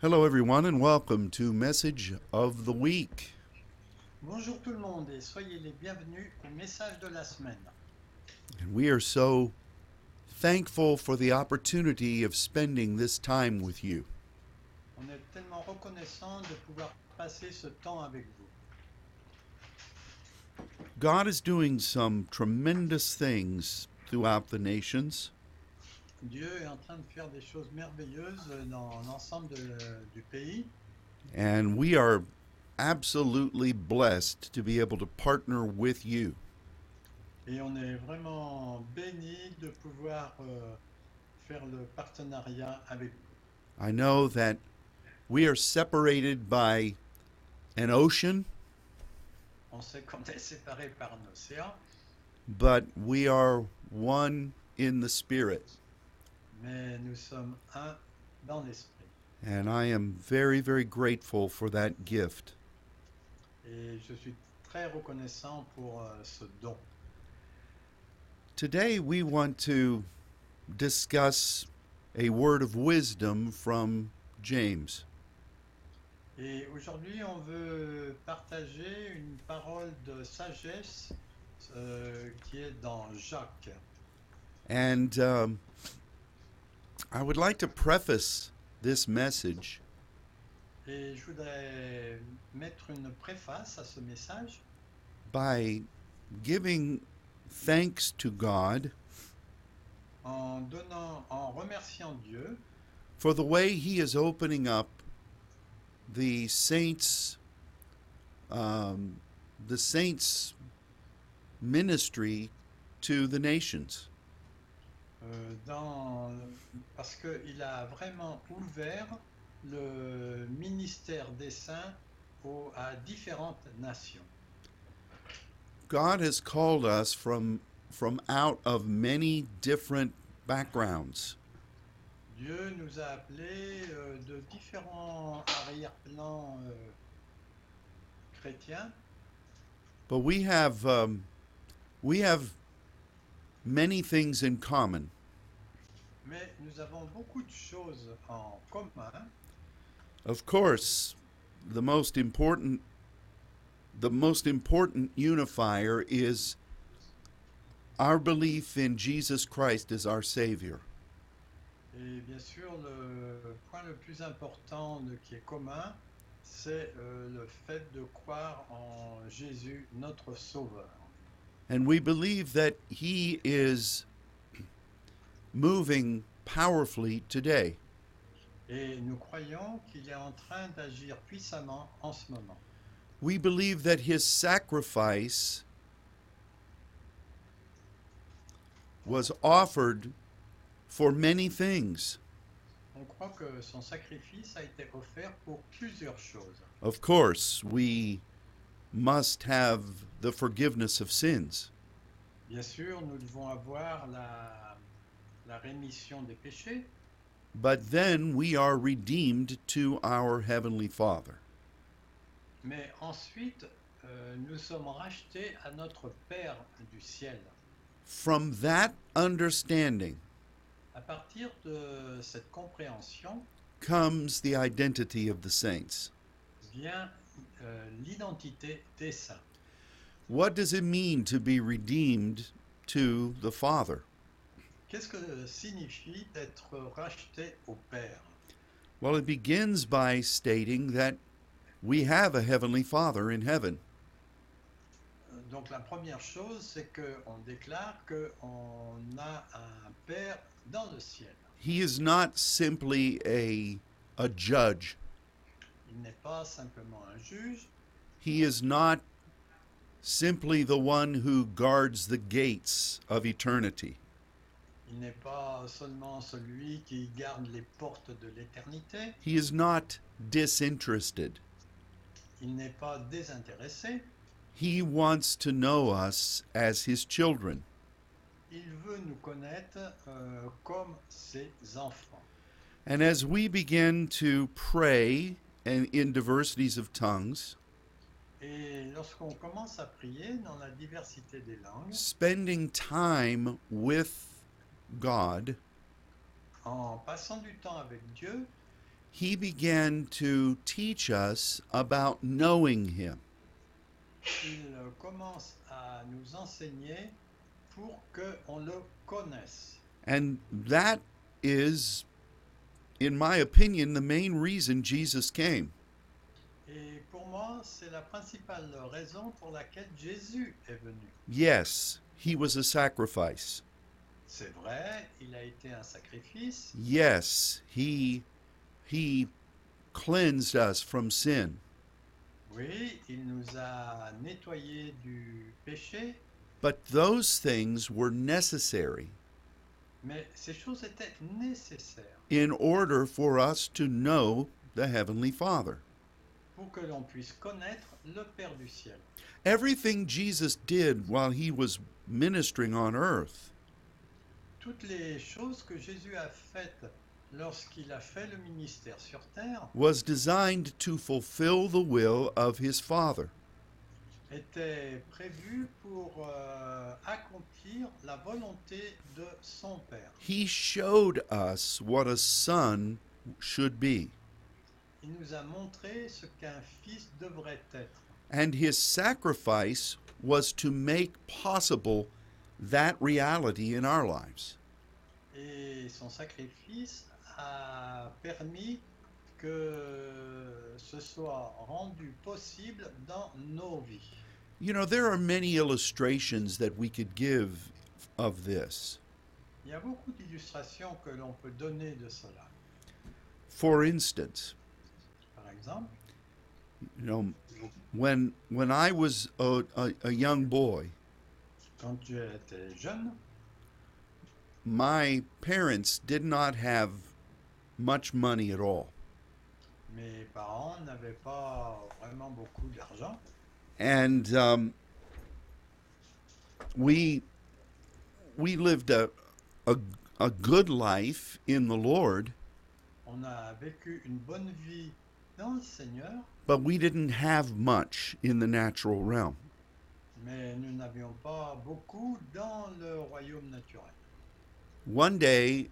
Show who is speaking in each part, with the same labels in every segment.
Speaker 1: Hello, everyone, and welcome to Message of the Week.
Speaker 2: Bonjour tout le monde et soyez les bienvenus au message de la semaine.
Speaker 1: And we are so thankful for the opportunity of spending this time with you.
Speaker 2: On est tellement reconnaissant de pouvoir passer ce temps avec vous.
Speaker 1: God is doing some tremendous things throughout the nations,
Speaker 2: Dieu est en train de faire des choses merveilleuses dans l'ensemble de- du pays
Speaker 1: and we are absolutely blessed to be able to partner with you.
Speaker 2: et on est vraiment béni de pouvoir euh, faire le partenariat avec vous.
Speaker 1: I know that we are separated by an ocean,
Speaker 2: On sait qu'on est séparés par un océan,
Speaker 1: but we are one in the Spirit.
Speaker 2: mais nous sommes un dans l'esprit.
Speaker 1: And I am very, very grateful for that gift.
Speaker 2: Et je suis très reconnaissant pour euh, ce don.
Speaker 1: Today, we want to discuss a word of wisdom from James.
Speaker 2: Et aujourd'hui, on veut partager une parole de sagesse euh, qui est dans Jacques.
Speaker 1: And um, I would like to preface this message
Speaker 2: Et je voudrais mettre une préface à ce message
Speaker 1: by giving thanks to God
Speaker 2: en donnant, en remerciant Dieu
Speaker 1: for the way He is opening up the saints, um, the saints' ministry to the nations.
Speaker 2: euh, dans, parce qu'il a vraiment ouvert le ministère des saints aux- à différentes nations.
Speaker 1: God has called us from from out of many different backgrounds.
Speaker 2: Dieu nous a appelés euh, de différents arrière-plans euh, chrétiens.
Speaker 1: But we have um, we have many things in common.
Speaker 2: Mais nous avons beaucoup de choses en commun.
Speaker 1: Of course, the most important the most important unifier is our belief in Jesus Christ as our savior.
Speaker 2: Et bien sûr, le point le plus important de- qui est commun, c'est euh, le fait de croire en Jésus, notre Sauveur.
Speaker 1: And we believe that he is moving powerfully today.
Speaker 2: Et nous croyons qu'il est en train d'agir puissamment en ce moment.
Speaker 1: We believe that his sacrifice was offered for many things.
Speaker 2: On croit que son sacrifice a été offert pour plusieurs choses.
Speaker 1: Of course, we must have the forgiveness of sins,
Speaker 2: Bien sûr, nous devons avoir la, la rémission des péchés,
Speaker 1: but then we are redeemed to our Heavenly Father.
Speaker 2: mais ensuite, euh, nous sommes rachetés à notre Père du ciel.
Speaker 1: From that understanding
Speaker 2: À partir de cette compréhension
Speaker 1: comes the identity of the saints.
Speaker 2: vient euh, l'identité des saints.
Speaker 1: What does it mean to be redeemed to the Father?
Speaker 2: Qu'est-ce que signifie être racheté au Père
Speaker 1: Well, it begins by stating that we have a Heavenly Father in heaven.
Speaker 2: Euh, Donc la première chose, c'est qu'on déclare qu'on a un Père dans le ciel.
Speaker 1: He is not simply a, a judge,
Speaker 2: Il n'est pas simplement un juge,
Speaker 1: He is not simply the one who guards the gates of eternity.
Speaker 2: il n'est pas seulement celui qui garde les portes de l'éternité,
Speaker 1: He is not disinterested.
Speaker 2: il n'est pas désintéressé,
Speaker 1: He wants to know us as His children.
Speaker 2: il veut nous connaître euh, comme ses enfants.
Speaker 1: And as we begin to pray and in diversities of tongues,
Speaker 2: Et lorsqu'on commence à prier dans la diversité des langues,
Speaker 1: spending time with God,
Speaker 2: en passant du temps avec Dieu,
Speaker 1: he began to teach us about knowing him.
Speaker 2: Il euh, commence à nous enseigner pour que on le connaisse.
Speaker 1: And that is, in my opinion, the main reason Jesus came.
Speaker 2: Et pour moi, c'est la principale raison pour laquelle Jésus est venu.
Speaker 1: Yes, he was a sacrifice.
Speaker 2: C'est vrai, il a été un sacrifice.
Speaker 1: Yes, he he cleansed us from sin.
Speaker 2: Oui, il nous a nettoyés du péché,
Speaker 1: But those things were necessary
Speaker 2: mais ces choses étaient nécessaires
Speaker 1: in order for us to know the heavenly Father.
Speaker 2: pour que l'on puisse connaître le Père du ciel.
Speaker 1: Everything Jesus did while he was ministering on earth
Speaker 2: Toutes les choses que Jésus a faites lorsqu'il a fait le ministère sur terre
Speaker 1: was designed to fulfill the will of his Father.
Speaker 2: étaient prévues pour euh, accomplir la volonté de son Père.
Speaker 1: He showed us what a son should be,
Speaker 2: Il nous a montré ce qu'un fils devrait être.
Speaker 1: and his sacrifice was to make possible that reality in our lives.
Speaker 2: Et son sacrifice a permis que ce soit rendu possible dans nos vies.
Speaker 1: You know, there are many illustrations that we could give of this.
Speaker 2: Il y a beaucoup d'illustrations que l'on peut donner de cela.
Speaker 1: For instance,
Speaker 2: Par exemple,
Speaker 1: you know, when when I was a, a, a young boy,
Speaker 2: quand tu étais jeune,
Speaker 1: my parents did not have much money at all,
Speaker 2: mes parents n'avaient pas vraiment beaucoup d'argent
Speaker 1: and um, we we lived a, a a good life in the Lord,
Speaker 2: On a vécu une bonne vie dans le Seigneur,
Speaker 1: but we didn't have much in the natural realm.
Speaker 2: mais nous n'avions pas beaucoup dans le royaume naturel.
Speaker 1: One day,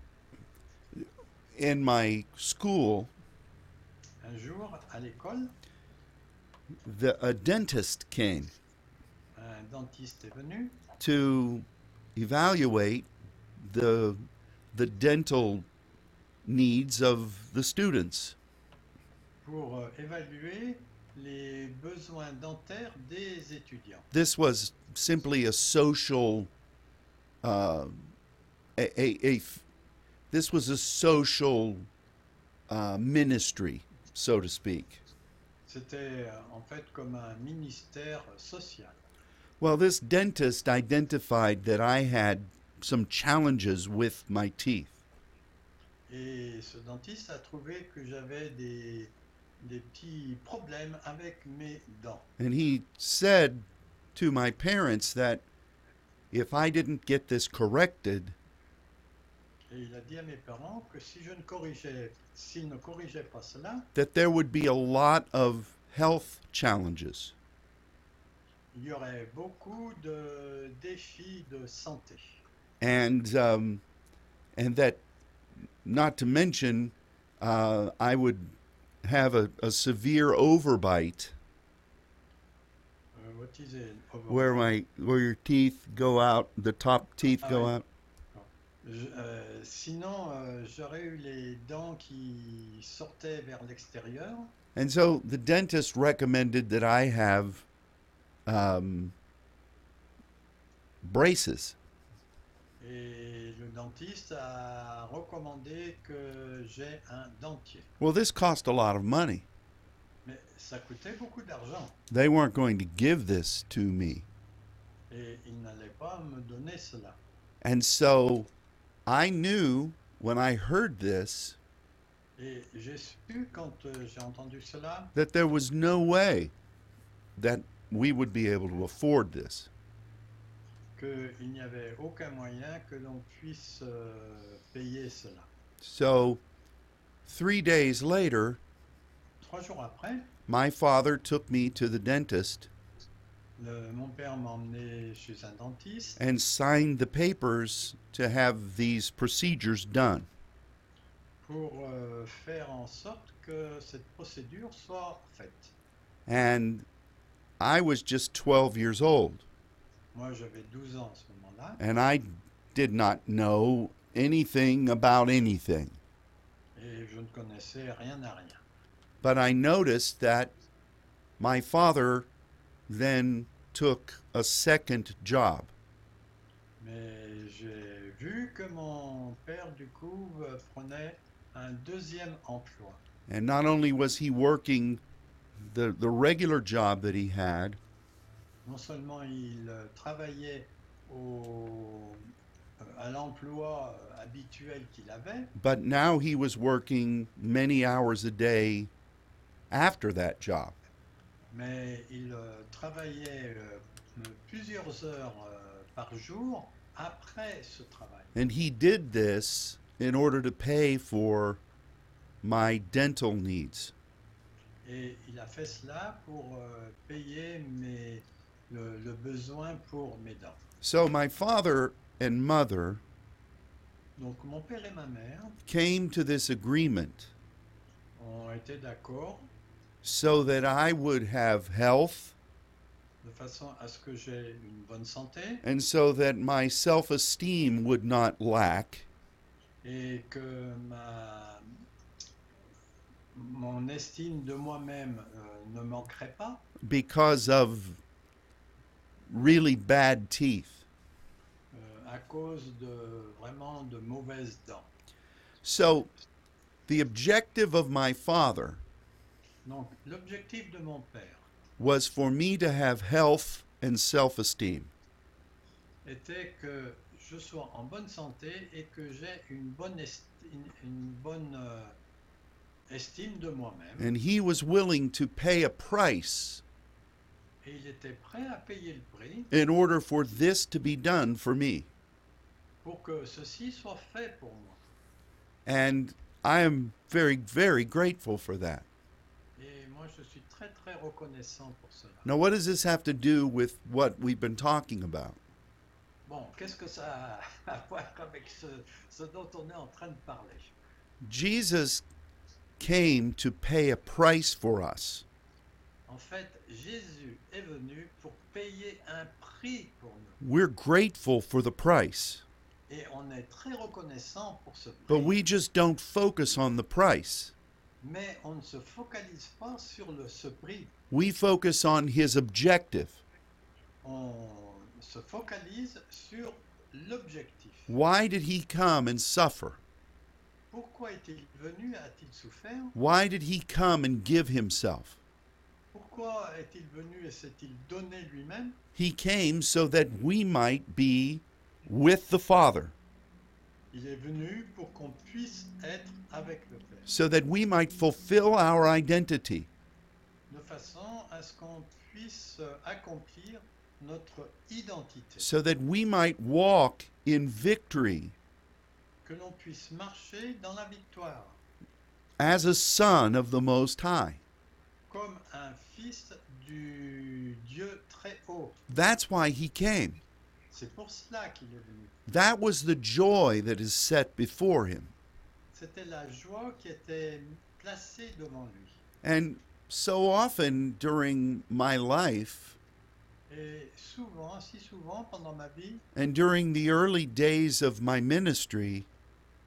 Speaker 1: in my school,
Speaker 2: Un jour, à l'école,
Speaker 1: the a dentist came
Speaker 2: un dentiste est venu
Speaker 1: to evaluate the the dental needs of the students.
Speaker 2: pour euh, évaluer les besoins dentaires des étudiants.
Speaker 1: This was simply a social uh, a, a, a f- this was a social uh, ministry, so to speak.
Speaker 2: C'était euh, en fait comme un ministère social.
Speaker 1: Well, this dentist identified that I had some challenges with my teeth.
Speaker 2: Et ce dentiste a trouvé que j'avais des, des petits problèmes avec mes dents.
Speaker 1: And he said to my parents that if I didn't get this corrected,
Speaker 2: Et il a dit à mes parents que si je ne corrigeais, s'ils ne corrigeaient pas cela,
Speaker 1: that there would be a lot of health challenges.
Speaker 2: il y aurait beaucoup de défis de santé.
Speaker 1: And, um, and that, not to mention, uh, I would have a, a severe overbite
Speaker 2: Euh, what is it?
Speaker 1: where, my, where your teeth go out, the top teeth go
Speaker 2: Aye.
Speaker 1: out.
Speaker 2: Je- euh, sinon, euh, j'aurais eu les dents qui sortaient vers l'extérieur.
Speaker 1: And so the dentist recommended that I have um, braces.
Speaker 2: Et le dentiste a recommandé que j'ai un dentier.
Speaker 1: Well, this cost a lot of money.
Speaker 2: Mais ça coûtait beaucoup d'argent.
Speaker 1: They weren't going to give this to me.
Speaker 2: Et il n'allait pas me donner cela.
Speaker 1: And so I knew when I heard this
Speaker 2: Et j'ai su, quand euh, j'ai entendu cela,
Speaker 1: that there was no way that we would be able to afford this.
Speaker 2: qu'il n'y avait aucun moyen que l'on puisse euh, payer cela.
Speaker 1: So 3 days later,
Speaker 2: Trois jours après,
Speaker 1: my father took me to the dentist
Speaker 2: le- mon père m'a emmené chez un dentiste
Speaker 1: and signed the papers to have these procedures done.
Speaker 2: pour euh, faire en sorte que cette procédure soit faite.
Speaker 1: And I was just 12 years old,
Speaker 2: Moi, j'avais 12 ans à ce moment-là
Speaker 1: and I did not know anything about anything.
Speaker 2: et je ne connaissais rien à rien.
Speaker 1: But I noticed that my father then took a second job.
Speaker 2: Mais j'ai vu que mon père, du coup, euh, prenait un deuxième emploi.
Speaker 1: And not only was he working the, the regular job that he had,
Speaker 2: Non seulement il euh, travaillait au- euh, à l'emploi euh, habituel qu'il avait,
Speaker 1: but now he was working many hours a day after that job.
Speaker 2: mais il euh, travaillait euh, plusieurs heures euh, par jour après ce travail.
Speaker 1: And he did this in order to pay for my dental needs.
Speaker 2: Et il a fait cela pour euh, payer mes- le, le besoin pour mes dents.
Speaker 1: So my father and mother
Speaker 2: Donc mon père et ma mère
Speaker 1: came to this agreement
Speaker 2: ont été d'accord
Speaker 1: so that I would have health
Speaker 2: de façon à ce que j'ai une bonne santé
Speaker 1: and so that my self esteem would not lack
Speaker 2: et que ma, mon estime de moi-même euh, ne manquerait pas
Speaker 1: because of really bad teeth.
Speaker 2: euh, à cause de vraiment de mauvaises dents.
Speaker 1: So the objective of my father
Speaker 2: Donc l'objectif de mon père
Speaker 1: was for me to have health and self esteem.
Speaker 2: était que je sois en bonne santé et que j'ai une bonne, esti- une, une bonne euh, estime de moi-même.
Speaker 1: And he was willing to pay a price
Speaker 2: Et il était prêt à payer le prix
Speaker 1: in order for this to be done for me.
Speaker 2: pour que ceci soit fait pour moi.
Speaker 1: And I am very, very grateful for that.
Speaker 2: Et moi, je suis très très reconnaissant pour cela.
Speaker 1: Now, what does this have to do with what we've been talking about?
Speaker 2: Bon, qu'est-ce que ça a à voir avec ce, ce dont on est en train de parler
Speaker 1: Jesus came to pay a price for us.
Speaker 2: En fait, Jésus est venu pour payer un prix pour nous.
Speaker 1: We're grateful for the price,
Speaker 2: Et on est très reconnaissant pour ce prix.
Speaker 1: but we just don't focus on the price.
Speaker 2: Mais on ne se focalise pas sur le, ce prix.
Speaker 1: We focus on his objective.
Speaker 2: On se focalise sur l'objectif.
Speaker 1: Why did he come and suffer?
Speaker 2: Pourquoi est-il venu A-t-il souffert
Speaker 1: Why did he come and give himself?
Speaker 2: Pourquoi est-il venu et s'est-il donné lui-même
Speaker 1: He came so that we might be with the Father,
Speaker 2: Il est venu pour qu'on puisse être avec le Père.
Speaker 1: so that we might fulfill our identity.
Speaker 2: de façon à ce qu'on puisse accomplir notre identité,
Speaker 1: so that we might walk in victory
Speaker 2: que l'on puisse marcher dans la victoire,
Speaker 1: as a son of the Most High.
Speaker 2: comme un fils du Dieu très haut.
Speaker 1: That's why he came.
Speaker 2: C'est pour cela qu'il est venu.
Speaker 1: That was the joy that is set before him.
Speaker 2: C'était la joie qui était placée devant lui.
Speaker 1: And so often during my life
Speaker 2: Et souvent, si souvent, pendant ma vie,
Speaker 1: and during the early days of my ministry,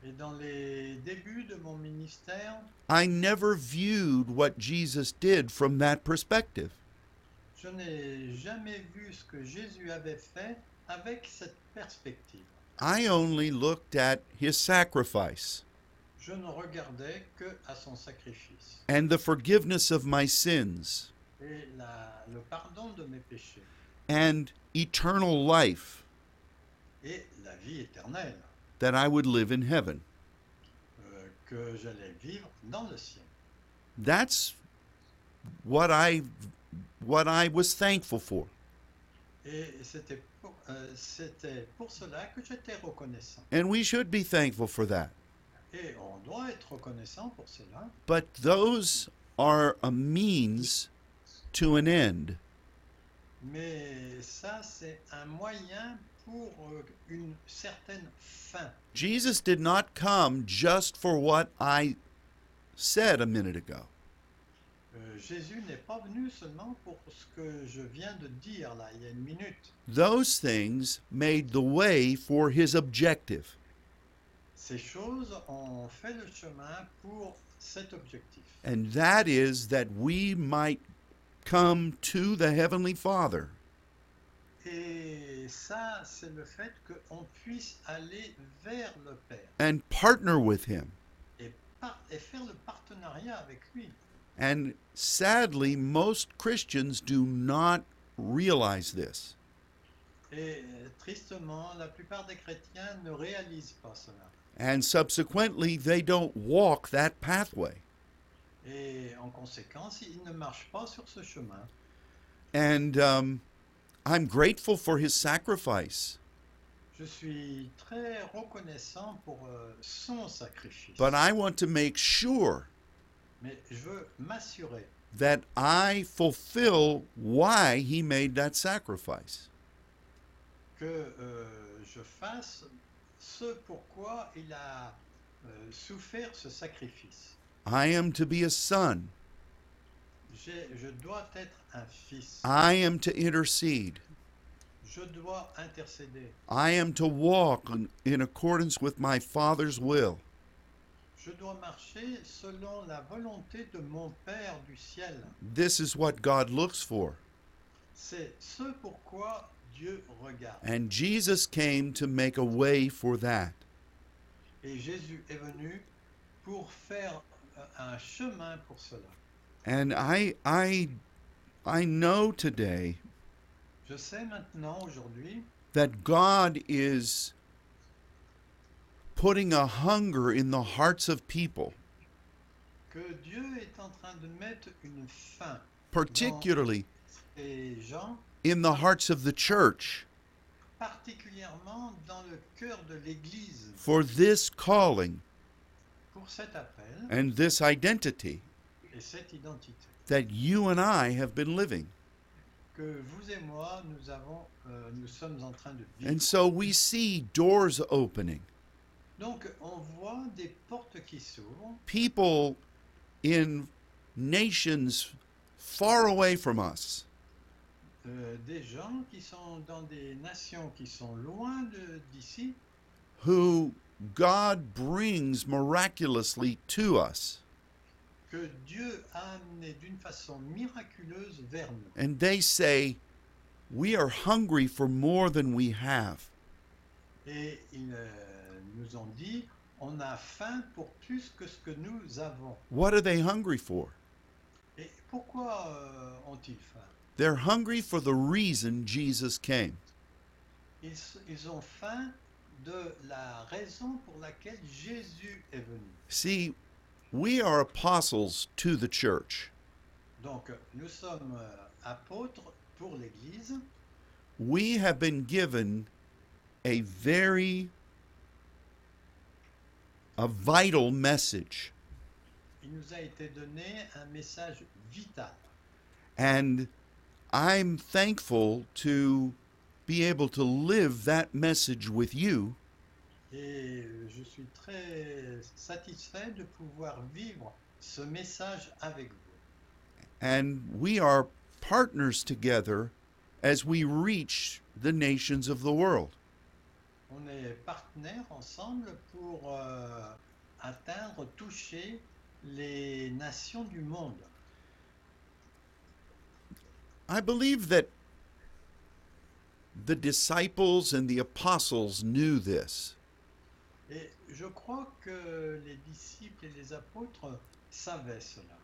Speaker 2: et dans les débuts de mon ministère,
Speaker 1: I never viewed what Jesus did from that perspective.
Speaker 2: je n'ai jamais vu ce que Jésus avait fait avec cette perspective.
Speaker 1: I only looked at his sacrifice
Speaker 2: Je ne regardais que à son sacrifice
Speaker 1: and the forgiveness of my sins
Speaker 2: et la- le pardon de mes péchés
Speaker 1: and eternal life
Speaker 2: et la vie éternelle
Speaker 1: that I would live in heaven.
Speaker 2: euh, que j'allais vivre dans le ciel.
Speaker 1: That's what I what I was thankful for.
Speaker 2: Et c'était pour, euh, c'était pour cela que j'étais reconnaissant.
Speaker 1: And we should be thankful for that.
Speaker 2: Et on doit être reconnaissant pour cela,
Speaker 1: But those are a means to an end.
Speaker 2: mais ça c'est un moyen pour euh, une certaine fin.
Speaker 1: Jesus did not come just for what I said a minute ago.
Speaker 2: Euh, Jésus n'est pas venu seulement pour ce que je viens de dire là, il y a une minute.
Speaker 1: Those things made the way for his objective.
Speaker 2: Ces choses ont fait le chemin pour cet objectif.
Speaker 1: And that is that we might come to the Heavenly Father
Speaker 2: Et ça, c'est le fait qu'on puisse aller vers le Père
Speaker 1: and partner with Him.
Speaker 2: et, par- et faire le partenariat avec lui.
Speaker 1: And sadly, most Christians do not realize this.
Speaker 2: Et euh, tristement, la plupart des chrétiens ne réalisent pas cela.
Speaker 1: And subsequently, they don't walk that pathway.
Speaker 2: Et en conséquence, ils ne marchent pas sur ce chemin.
Speaker 1: And um, I'm grateful for His sacrifice,
Speaker 2: Je suis très reconnaissant pour euh, son sacrifice.
Speaker 1: but I want to make sure
Speaker 2: Mais je veux m'assurer
Speaker 1: that I fulfill why He made that sacrifice.
Speaker 2: que euh, je fasse ce pourquoi il a euh, souffert ce sacrifice.
Speaker 1: I am to be a son,
Speaker 2: J'ai- Je dois être un fils.
Speaker 1: I am to intercede.
Speaker 2: Je dois intercéder.
Speaker 1: I am to walk in, in accordance with my Father's will.
Speaker 2: Je dois marcher selon la volonté de mon Père du ciel.
Speaker 1: This is what God looks for.
Speaker 2: C'est ce pourquoi Dieu regarde.
Speaker 1: And Jesus came to make a way for that.
Speaker 2: Et Jésus est venu pour faire euh, un chemin pour cela.
Speaker 1: And I I I know today
Speaker 2: Je sais maintenant aujourd'hui
Speaker 1: that God is putting a hunger in the hearts of people,
Speaker 2: que Dieu est en train de mettre une fin.
Speaker 1: particularly
Speaker 2: Et Jean,
Speaker 1: in the hearts of the church,
Speaker 2: particulièrement dans le cœur de l'Église,
Speaker 1: for this calling
Speaker 2: pour cet appel
Speaker 1: and this identity
Speaker 2: et cette identité
Speaker 1: that you and I have been living.
Speaker 2: que vous et moi, nous, avons, euh, nous sommes en train de vivre.
Speaker 1: And so we see doors opening.
Speaker 2: Donc on voit des portes qui s'ouvrent,
Speaker 1: People in nations far away from us
Speaker 2: euh, des gens qui sont dans des nations qui sont loin de- d'ici,
Speaker 1: who God brings miraculously to us,
Speaker 2: que Dieu a amené d'une façon miraculeuse vers nous.
Speaker 1: and they say, We are hungry for more than we have.
Speaker 2: Et ils euh, nous ont dit, on a faim pour plus que ce que nous avons.
Speaker 1: What are they hungry for?
Speaker 2: Et pourquoi euh, ont-ils faim
Speaker 1: They're hungry for the reason Jesus came.
Speaker 2: ils, s- ils ont faim de la raison pour laquelle Jésus est venu.
Speaker 1: See, we are apostles to the church.
Speaker 2: Donc nous sommes euh, apôtres pour l'Église.
Speaker 1: we have been given a very a vital message
Speaker 2: Il nous a été donné un message vital.
Speaker 1: and i'm thankful to be able to live that message with you
Speaker 2: Et euh, je suis très satisfait de pouvoir vivre ce message avec vous.
Speaker 1: and we are partners together as we reach the nations of the world
Speaker 2: On est partenaires ensemble pour euh, atteindre, toucher les nations du monde.
Speaker 1: i believe that the disciples and the apostles knew this
Speaker 2: Et je crois que les disciples et les apôtres savaient cela.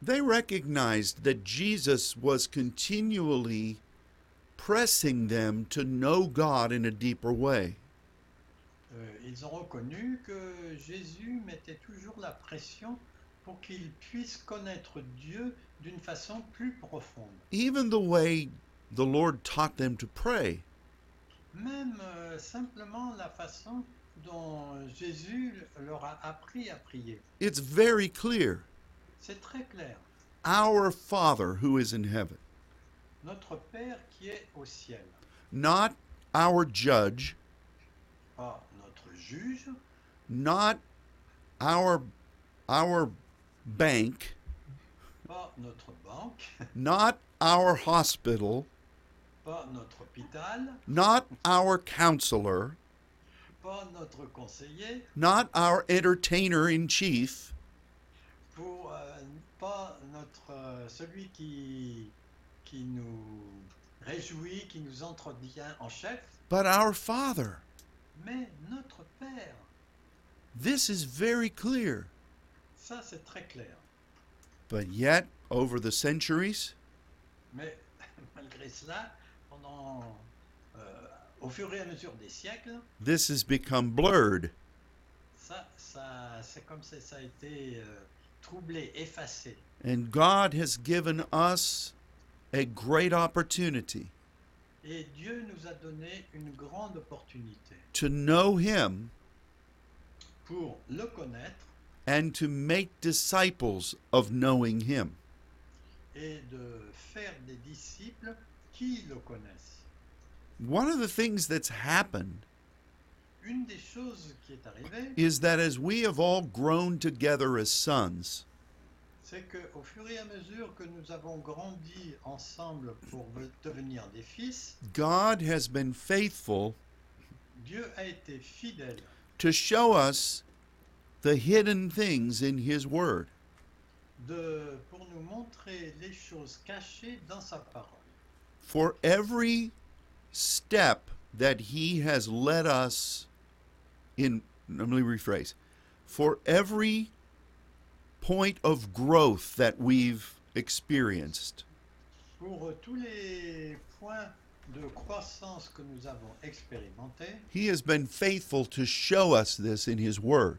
Speaker 1: They recognized that Jesus was continually pressing them to know God in a deeper way.
Speaker 2: Euh, ils ont reconnu que Jésus mettait toujours la pression pour qu'ils puissent connaître Dieu d'une façon plus profonde.
Speaker 1: Even the way the Lord taught them to pray,
Speaker 2: Même euh, simplement la façon dont Jésus leur a appris à prier.
Speaker 1: it's very clear
Speaker 2: C'est très clair.
Speaker 1: Our Father who is in heaven,
Speaker 2: Notre Père qui est au ciel.
Speaker 1: not our judge,
Speaker 2: pas notre juge,
Speaker 1: not our our bank,
Speaker 2: pas notre banque,
Speaker 1: not our hospital,
Speaker 2: pas notre hôpital,
Speaker 1: not our counselor,
Speaker 2: pas notre conseiller,
Speaker 1: not our entertainer in chief,
Speaker 2: pour euh, pas notre euh, celui qui qui nous réjouit, qui nous entretient en chef,
Speaker 1: but our Father.
Speaker 2: mais notre Père.
Speaker 1: This is very clear.
Speaker 2: Ça c'est très clair.
Speaker 1: But yet, over the centuries,
Speaker 2: Mais malgré cela, pendant euh, au fur et à mesure des siècles,
Speaker 1: this has become blurred.
Speaker 2: ça ça c'est comme si ça a été euh, troublé, effacé.
Speaker 1: And God has given us a great opportunity
Speaker 2: Et Dieu nous a donné une grande opportunité
Speaker 1: to know Him
Speaker 2: pour le connaître
Speaker 1: and to make disciples of knowing Him.
Speaker 2: et de faire des disciples qui le connaissent.
Speaker 1: One of the things that's happened
Speaker 2: Une des choses qui est arrivée,
Speaker 1: is that as we have all grown together as sons,
Speaker 2: c'est qu'au fur et à mesure que nous avons grandi ensemble pour ve- devenir des fils,
Speaker 1: God has been faithful
Speaker 2: Dieu a été fidèle
Speaker 1: to show us the hidden things in His Word.
Speaker 2: de, pour nous montrer les choses cachées dans sa parole.
Speaker 1: For every step that He has led us in, let me rephrase, for every point of growth that we've experienced,
Speaker 2: Pour euh, tous les points de croissance que nous avons expérimentés,
Speaker 1: He has been faithful to show us this in His Word.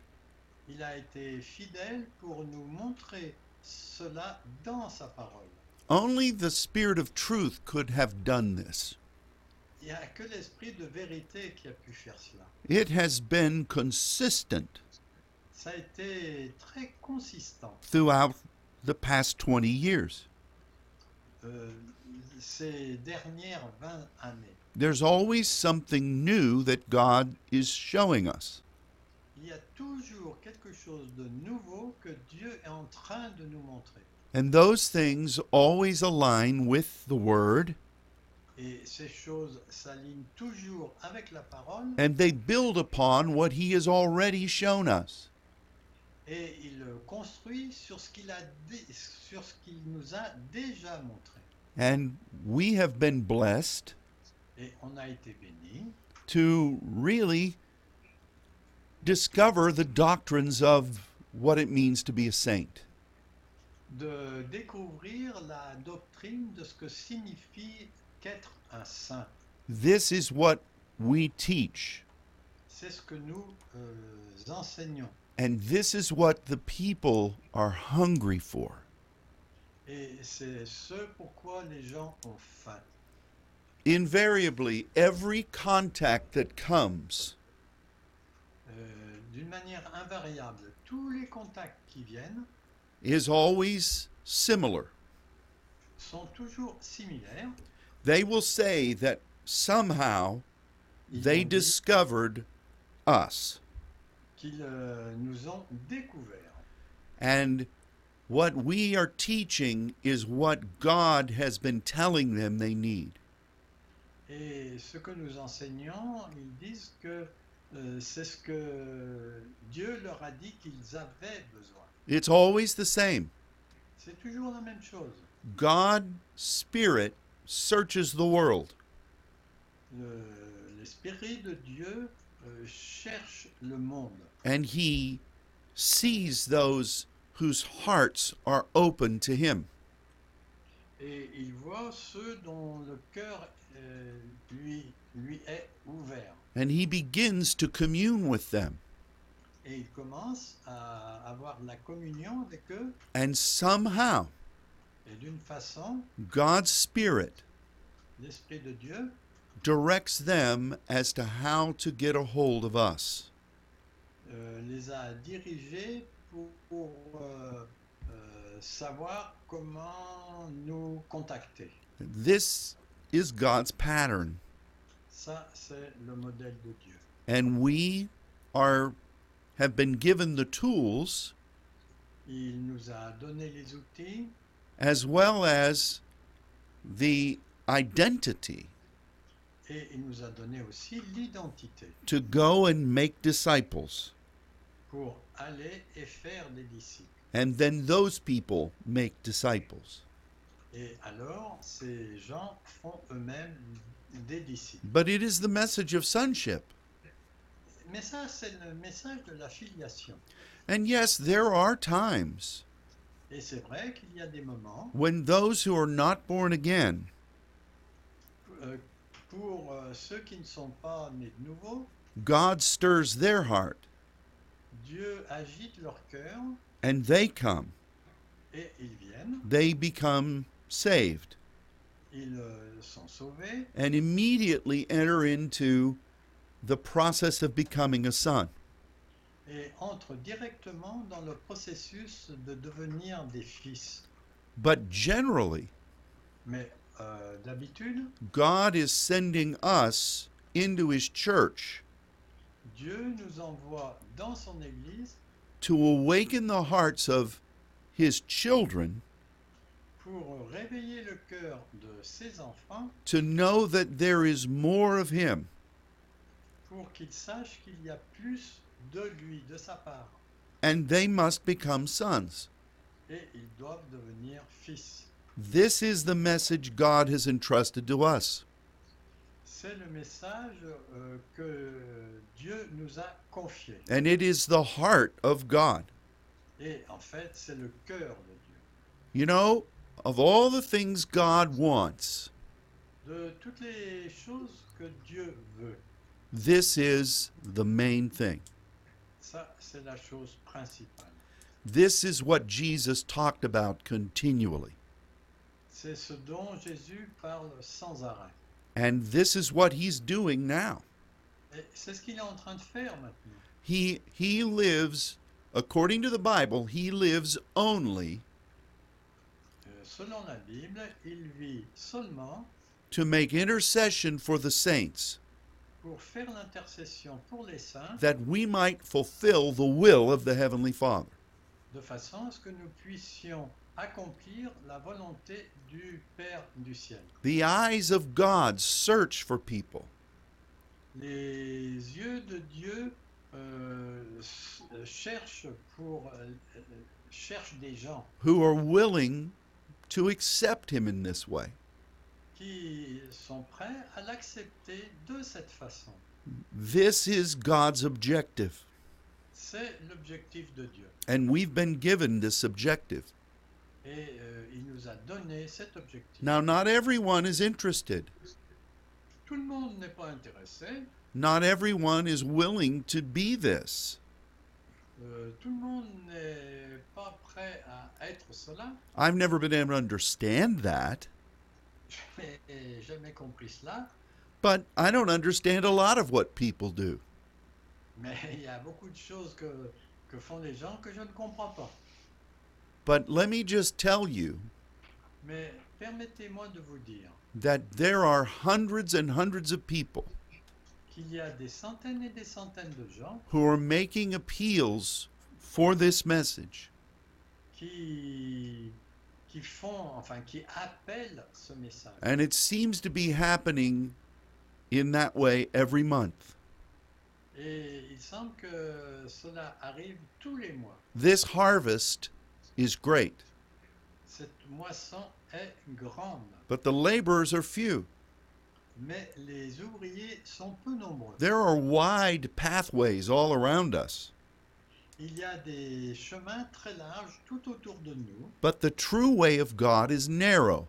Speaker 2: il a été fidèle pour nous montrer cela dans sa parole.
Speaker 1: Only the Spirit of truth could have done this.
Speaker 2: Il n'y a que l'esprit de vérité qui a pu faire cela.
Speaker 1: It has been consistent
Speaker 2: Ça a été très consistant.
Speaker 1: throughout the past 20 years.
Speaker 2: euh, ces dernières 20 années.
Speaker 1: There's always something new that God is showing us.
Speaker 2: Il y a toujours quelque chose de nouveau que Dieu est en train de nous montrer.
Speaker 1: And those things always align with the Word
Speaker 2: Et ces choses s'alignent toujours avec la parole
Speaker 1: and they build upon what He has already shown us.
Speaker 2: et il construit sur ce qu'il a dé- sur ce qu'il nous a déjà montré.
Speaker 1: And we have been blessed
Speaker 2: Et on a été béni
Speaker 1: to really discover the doctrines of what it means to be a saint.
Speaker 2: de découvrir la doctrine de ce que signifie qu'être un saint.
Speaker 1: This is what we teach,
Speaker 2: C'est ce que nous euh, enseignons.
Speaker 1: and this is what the people are hungry for.
Speaker 2: Et c'est ce pourquoi les gens ont faim.
Speaker 1: Invariably, every contact that comes
Speaker 2: Euh, D'une manière invariable, tous les contacts qui viennent
Speaker 1: is always similar.
Speaker 2: sont toujours similaires.
Speaker 1: They will say that somehow
Speaker 2: Ils
Speaker 1: they
Speaker 2: ont dit
Speaker 1: discovered us.
Speaker 2: qu'ils euh, nous ont découverts.
Speaker 1: And what we are teaching is what God has been telling them they need.
Speaker 2: Et ce que nous enseignons, ils disent que euh, c'est ce que Dieu leur a dit qu'ils avaient besoin.
Speaker 1: It's always the same.
Speaker 2: C'est toujours la même chose.
Speaker 1: God Spirit searches the world.
Speaker 2: Le- L'Esprit de Dieu euh, cherche le monde.
Speaker 1: and he sees those whose hearts are open to him.
Speaker 2: Et il voit ceux dont le cœur euh, lui, lui est ouvert.
Speaker 1: And he begins to commune with them.
Speaker 2: Et il commence à avoir la communion avec eux.
Speaker 1: And somehow,
Speaker 2: Et d'une façon,
Speaker 1: God's Spirit
Speaker 2: l'Esprit de Dieu
Speaker 1: directs them as to how to get a hold of us.
Speaker 2: euh, les a dirigés pour, pour, euh, euh, savoir comment nous contacter.
Speaker 1: This is God's pattern.
Speaker 2: Ça, c'est le modèle de Dieu.
Speaker 1: and we are have been given the tools
Speaker 2: Il nous a donné les outils
Speaker 1: as well as the identity
Speaker 2: et il nous a donné aussi l'identité
Speaker 1: to go and make disciples
Speaker 2: pour aller et faire des disciples.
Speaker 1: and then those people make disciples
Speaker 2: Et alors, ces gens font eux-mêmes des disciples.
Speaker 1: but it is the message of sonship
Speaker 2: Mais ça, c'est le message de la filiation.
Speaker 1: and yes there are times
Speaker 2: Et c'est vrai qu'il y a des moments
Speaker 1: when those who are not born again
Speaker 2: euh, pour euh, ceux qui ne sont pas nés de nouveau,
Speaker 1: god stirs their heart
Speaker 2: Dieu agite leur cœur
Speaker 1: and they come
Speaker 2: et ils viennent,
Speaker 1: they become saved
Speaker 2: ils euh, sont sauvés
Speaker 1: and immediately enter into the process of becoming a son.
Speaker 2: et entrent directement dans le processus de devenir des fils.
Speaker 1: But generally,
Speaker 2: Mais euh, d'habitude,
Speaker 1: God is sending us into His church
Speaker 2: Dieu nous envoie dans son Église
Speaker 1: to awaken the hearts of His children
Speaker 2: pour réveiller le cœur de ses enfants
Speaker 1: to know that there is more of Him
Speaker 2: pour qu'ils sachent qu'il y a plus de lui, de sa part,
Speaker 1: and they must become sons.
Speaker 2: et ils doivent devenir fils.
Speaker 1: This is the message God has entrusted to us.
Speaker 2: C'est le message euh, que Dieu nous a confié.
Speaker 1: And it is the heart of God.
Speaker 2: Et en fait, c'est le cœur de Dieu.
Speaker 1: You know, of all the things God wants,
Speaker 2: De toutes les choses que Dieu veut,
Speaker 1: this is the main thing.
Speaker 2: ça, c'est la chose principale.
Speaker 1: This is what Jesus talked about continually.
Speaker 2: C'est ce dont Jésus parle sans arrêt.
Speaker 1: And this is what he's doing now.
Speaker 2: Et c'est ce qu'il est en train de faire maintenant.
Speaker 1: He he lives according to the Bible, he lives only
Speaker 2: Euh, Selon la Bible, il vit seulement
Speaker 1: to make intercession for the saints
Speaker 2: pour faire l'intercession pour les saints,
Speaker 1: that we might fulfill the will of the heavenly Father.
Speaker 2: de façon à ce que nous puissions accomplir la volonté du Père du ciel.
Speaker 1: The eyes of God search for people
Speaker 2: Les yeux de Dieu euh, s- euh, cherchent pour euh, euh, cherchent des gens
Speaker 1: who are willing to accept him in this way.
Speaker 2: qui sont prêts à l'accepter de cette façon.
Speaker 1: This is God's objective,
Speaker 2: C'est l'objectif de Dieu.
Speaker 1: and we've been given this objective.
Speaker 2: Et euh, il nous a donné cet objectif.
Speaker 1: Now, not everyone is interested.
Speaker 2: Tout le monde n'est pas intéressé,
Speaker 1: Not everyone is willing to be this.
Speaker 2: euh, tout le monde n'est pas prêt à être cela.
Speaker 1: I've never been able to understand that,
Speaker 2: Mais j'ai jamais compris cela.
Speaker 1: but I don't understand a lot of what people do.
Speaker 2: Mais il y a beaucoup de choses que, que font les gens que je ne comprends pas.
Speaker 1: But let me just tell you
Speaker 2: Mais permettez-moi de vous dire
Speaker 1: that there are hundreds and hundreds of people
Speaker 2: qu'il y a des centaines et des centaines de gens
Speaker 1: who are making appeals for this message.
Speaker 2: qui, qui font, enfin, qui appellent ce message.
Speaker 1: And it seems to be happening in that way every month.
Speaker 2: Et il semble que cela arrive tous les mois.
Speaker 1: This harvest is great,
Speaker 2: Cette moisson est grande,
Speaker 1: but the laborers are few.
Speaker 2: mais les ouvriers sont peu nombreux.
Speaker 1: There are wide pathways all around us,
Speaker 2: Il y a des chemins très larges tout autour de nous,
Speaker 1: but the true way of God is narrow.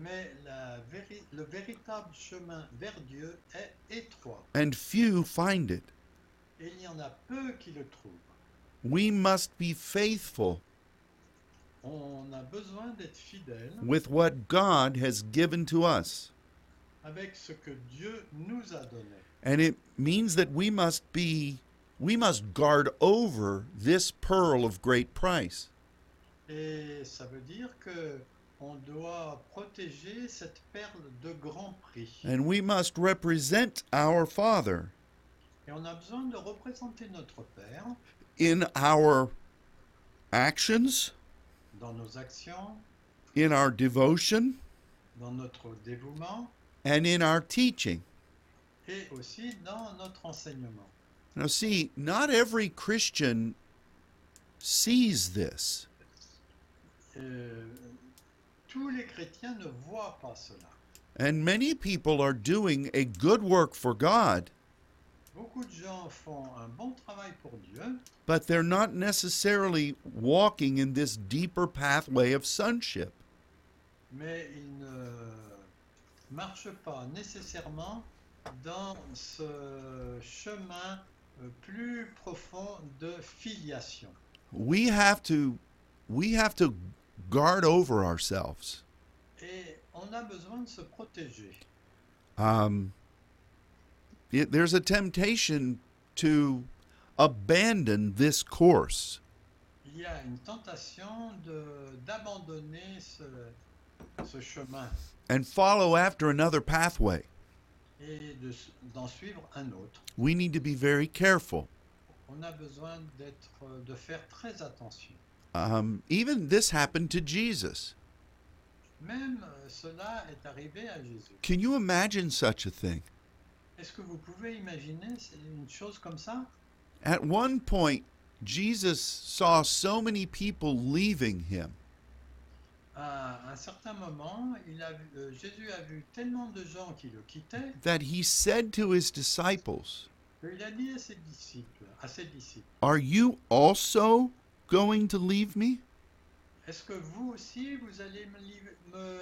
Speaker 2: mais la véri- le véritable chemin vers Dieu est étroit.
Speaker 1: and few find it.
Speaker 2: Et il y en a peu qui le trouvent.
Speaker 1: We must be faithful
Speaker 2: On a besoin d'être fidèle
Speaker 1: with what God has given to us.
Speaker 2: avec ce que Dieu nous a donné.
Speaker 1: And it means that we must be, we must guard over this pearl of great price.
Speaker 2: Et ça veut dire que on doit protéger cette perle de grand prix.
Speaker 1: and we must represent our Father
Speaker 2: Et on a besoin de représenter notre Père
Speaker 1: in our actions,
Speaker 2: dans nos actions,
Speaker 1: in our devotion,
Speaker 2: dans notre dévouement
Speaker 1: and in our teaching.
Speaker 2: et aussi dans notre enseignement.
Speaker 1: Now, see, not every Christian sees this.
Speaker 2: Euh, tous les chrétiens ne voient pas cela.
Speaker 1: And many people are doing a good work for God,
Speaker 2: Beaucoup de gens font un bon travail pour Dieu,
Speaker 1: but they're not necessarily walking in this deeper pathway of sonship.
Speaker 2: mais ils ne marchent pas nécessairement dans ce chemin euh, plus profond de filiation.
Speaker 1: We have to we have to guard over ourselves.
Speaker 2: Et on a besoin de se protéger.
Speaker 1: Um, it, there's a temptation to abandon this course.
Speaker 2: Il y a une tentation de- d'abandonner ce, ce chemin
Speaker 1: and follow after another pathway.
Speaker 2: et de s- d'en suivre un autre.
Speaker 1: We need to be very careful.
Speaker 2: On a besoin d'être, euh, de faire très attention.
Speaker 1: Um, even this happened to Jesus.
Speaker 2: Même euh, cela est arrivé à Jésus.
Speaker 1: Can you imagine such a thing?
Speaker 2: Est-ce que vous pouvez imaginer c'est une chose comme ça
Speaker 1: At one point, Jesus saw so many people leaving him
Speaker 2: À un certain moment, il a vu- euh, Jésus a vu tellement de gens qui le quittaient
Speaker 1: that he said to his disciples,
Speaker 2: qu'il a dit à ses disciples, à ses disciples,
Speaker 1: Are you also going to leave me?
Speaker 2: est-ce que vous aussi vous allez me, liv-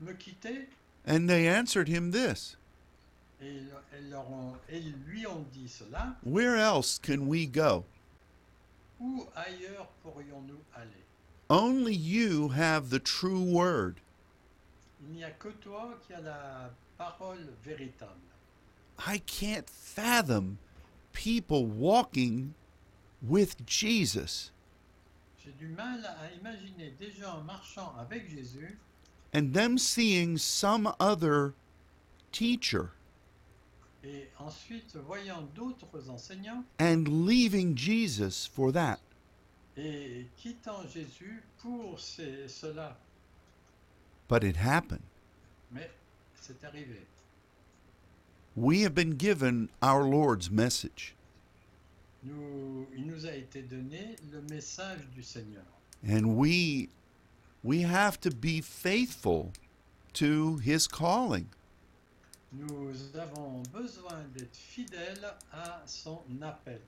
Speaker 2: me, me quitter
Speaker 1: And they answered him this
Speaker 2: et, ils- ils leur ont- et ils lui ont dit cela.
Speaker 1: Where else can we go?
Speaker 2: Où ailleurs pourrions-nous aller
Speaker 1: Only you have the true word.
Speaker 2: Il n'y a que toi qui as la parole véritable.
Speaker 1: I can't fathom people walking with Jesus
Speaker 2: J'ai du mal à imaginer des gens marchant avec Jésus
Speaker 1: and them seeing some other teacher
Speaker 2: et ensuite voyant d'autres enseignants
Speaker 1: and leaving Jesus for that.
Speaker 2: et quittant Jésus pour ces- cela.
Speaker 1: But it happened.
Speaker 2: Mais c'est arrivé.
Speaker 1: We have been given our Lord's message,
Speaker 2: Nous, il nous a été donné le message du Seigneur.
Speaker 1: and we we have to be faithful to his calling.
Speaker 2: Nous avons besoin d'être fidèles à son appel.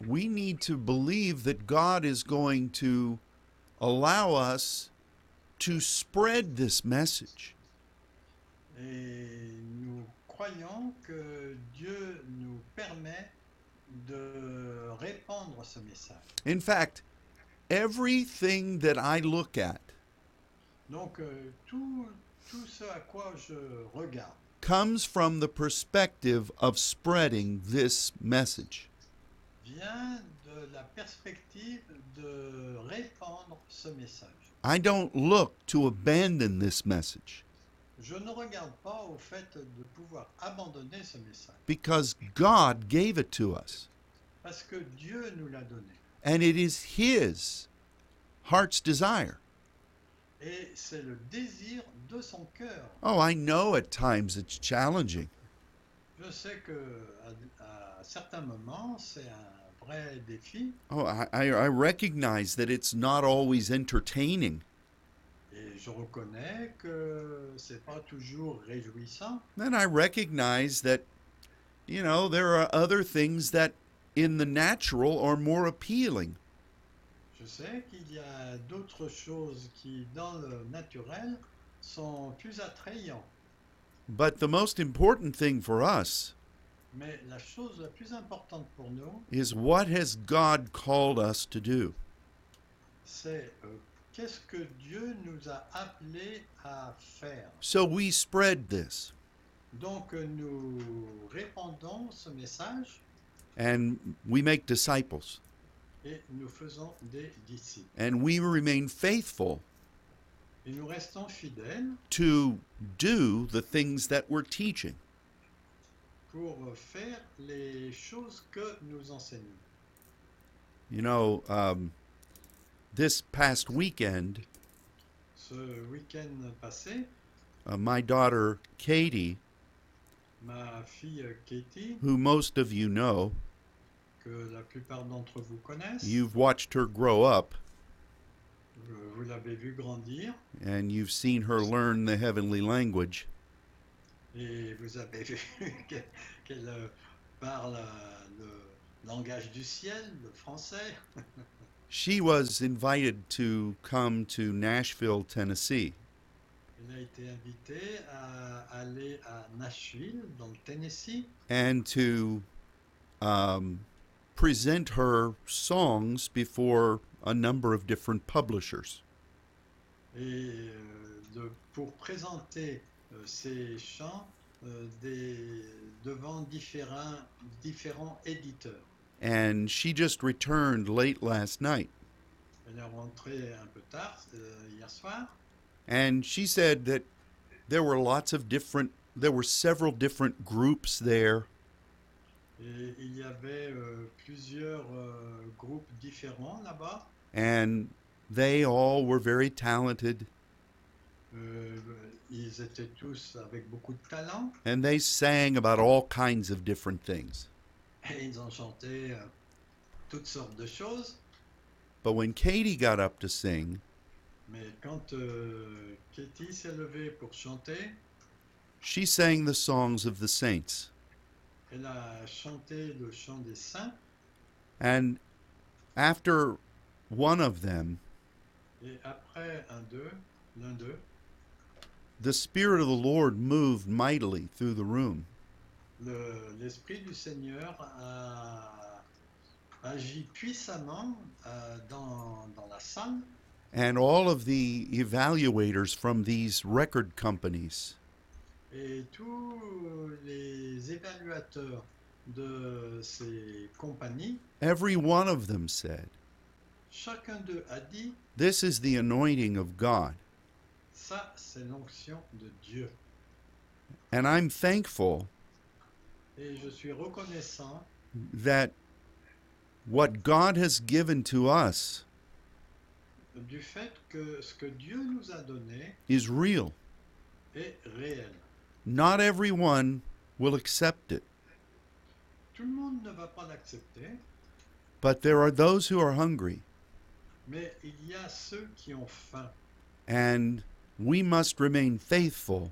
Speaker 1: we need to believe that God is going to allow us to spread this message.
Speaker 2: Et nous croyons que Dieu nous permet de répandre ce message.
Speaker 1: In fact, everything that I look at
Speaker 2: Donc euh, tout, tout ce à quoi je regarde
Speaker 1: comes from the perspective of spreading this message.
Speaker 2: vient de la perspective de répandre ce message.
Speaker 1: I don't look to abandon this message
Speaker 2: Je ne regarde pas au fait de pouvoir abandonner ce message
Speaker 1: because God gave it to us,
Speaker 2: parce que Dieu nous l'a donné.
Speaker 1: and it is His heart's desire.
Speaker 2: Et c'est le désir de son cœur.
Speaker 1: Oh, I know at times it's challenging.
Speaker 2: Je sais que à, à certains moments, c'est un vrai défi.
Speaker 1: Oh, I, I I recognize that it's not always entertaining.
Speaker 2: Et je reconnais que c'est pas toujours réjouissant.
Speaker 1: Then I recognize that, you know, there are other things that in the natural are more appealing.
Speaker 2: Je sais qu'il y a d'autres choses qui, dans le naturel, sont plus attrayants.
Speaker 1: But the most important thing for us
Speaker 2: Mais la chose la plus importante pour nous,
Speaker 1: is what has God called us to do?
Speaker 2: c'est euh, qu'est-ce que Dieu nous a appelés à faire.
Speaker 1: So we spread this.
Speaker 2: Donc euh, nous répandons ce message
Speaker 1: And we make disciples
Speaker 2: et nous faisons des disciples.
Speaker 1: and we remain faithful
Speaker 2: et nous restons fidèles
Speaker 1: to do the things that we're teaching.
Speaker 2: pour faire les choses que nous enseignons.
Speaker 1: You know, um, this past weekend,
Speaker 2: Ce week-end passé,
Speaker 1: uh, my daughter Katie,
Speaker 2: ma fille Katie,
Speaker 1: who most of you know,
Speaker 2: que la plupart d'entre vous connaissent,
Speaker 1: you've watched her grow up
Speaker 2: euh, vous l'avez vue grandir
Speaker 1: and you've seen her learn the heavenly language.
Speaker 2: et vous avez vu qu'elle- qu'elle euh, parle euh, le langage du ciel, le français.
Speaker 1: She was invited to come to Nashville, Tennessee.
Speaker 2: Elle a été invitée à aller à Nashville, dans le Tennessee,
Speaker 1: and to um, present her songs before a number of different publishers.
Speaker 2: et euh, de- pour présenter euh, ses chants euh, des- devant différents, différents éditeurs.
Speaker 1: And she just returned late last night.
Speaker 2: Elle est rentrée un peu tard euh, hier soir
Speaker 1: And she said that there were lots of different, there were several different groups there,
Speaker 2: et il y avait euh, plusieurs euh, groupes différents là-bas.
Speaker 1: and they all were very talented,
Speaker 2: Euh, ils étaient tous avec beaucoup de talent
Speaker 1: and they sang about all kinds of different things.
Speaker 2: et ils ont chanté euh, toutes sortes de choses.
Speaker 1: But when Katie got up to sing,
Speaker 2: Mais quand euh, Katie s'est levée pour chanter,
Speaker 1: she sang the songs of the saints.
Speaker 2: elle a chanté le chant des saints
Speaker 1: And after one of them,
Speaker 2: et après un d'eux, l'un d'eux,
Speaker 1: the Spirit of the Lord moved mightily through the room.
Speaker 2: le- l'Esprit du Seigneur a agi puissamment euh, dans, dans la salle
Speaker 1: And all of the evaluators from these record companies
Speaker 2: et tous les évaluateurs de ces compagnies,
Speaker 1: Every one of them said,
Speaker 2: chacun d'eux a dit,
Speaker 1: This is the anointing of God.
Speaker 2: ça c'est l'onction de Dieu.
Speaker 1: And I'm thankful
Speaker 2: Et je suis reconnaissant
Speaker 1: that what God has given to us
Speaker 2: du fait que ce que Dieu nous a donné
Speaker 1: is real.
Speaker 2: est réel.
Speaker 1: Not everyone will accept it,
Speaker 2: Tout le monde ne va pas l'accepter,
Speaker 1: but there are those who are hungry,
Speaker 2: mais il y a ceux qui ont faim.
Speaker 1: and we must remain faithful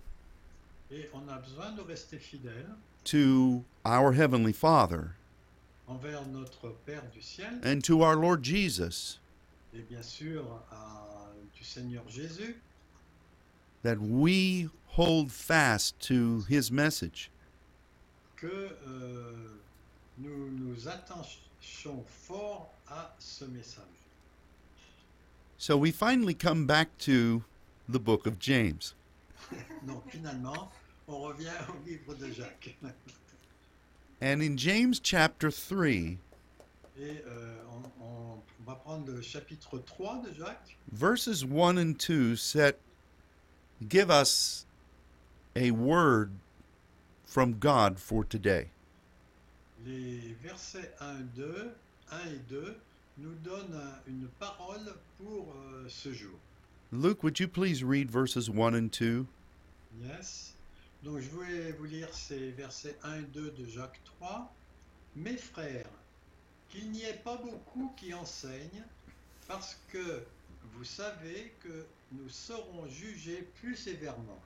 Speaker 2: Et on a besoin de rester fidèle
Speaker 1: to our Heavenly Father
Speaker 2: envers notre Père du ciel
Speaker 1: and to our Lord Jesus
Speaker 2: et bien sûr à- du Seigneur Jésus,
Speaker 1: that we hold fast to His message
Speaker 2: que euh, nous nous attachions fort à ce message.
Speaker 1: So we finally come back to the book of James.
Speaker 2: Donc finalement, on revient au livre de Jacques.
Speaker 1: And in James chapter 3,
Speaker 2: Et euh, on- on va prendre le chapitre 3 de Jacques.
Speaker 1: verses 1 and 2 set give us a word from God for today.
Speaker 2: Les versets 1, 2, 1 et 2 nous donnent un- une parole pour euh, ce jour.
Speaker 1: Luke, would you please read verses 1 and 2?
Speaker 2: Yes. Donc je voulais vous lire ces versets 1 et 2 de Jacques 3. Mes frères, qu'il n'y ait pas beaucoup qui enseignent, parce que vous savez que nous serons jugés plus sévèrement.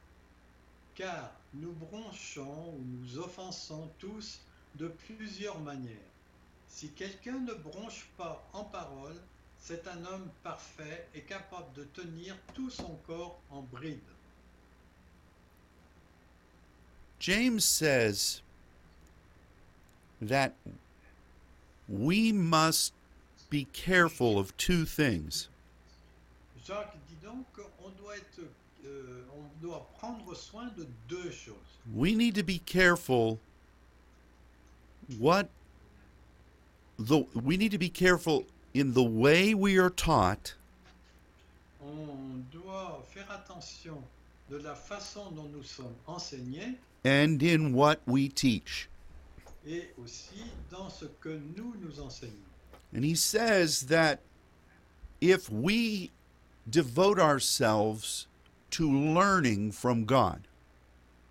Speaker 2: Car nous bronchons ou nous offensons tous de plusieurs manières. Si quelqu'un ne bronche pas en parole, c'est un homme parfait et capable de tenir tout son corps en bride.
Speaker 1: James says that we must be careful of two things.
Speaker 2: Jacques dit donc qu'on doit être, euh, on doit prendre soin de deux choses.
Speaker 1: We need to be careful what the we need to be careful in the way we are taught
Speaker 2: On doit faire attention de la façon dont nous sommes enseignés
Speaker 1: and in what we teach.
Speaker 2: et aussi dans ce que nous nous enseignons.
Speaker 1: And he says that if we devote ourselves to learning from God,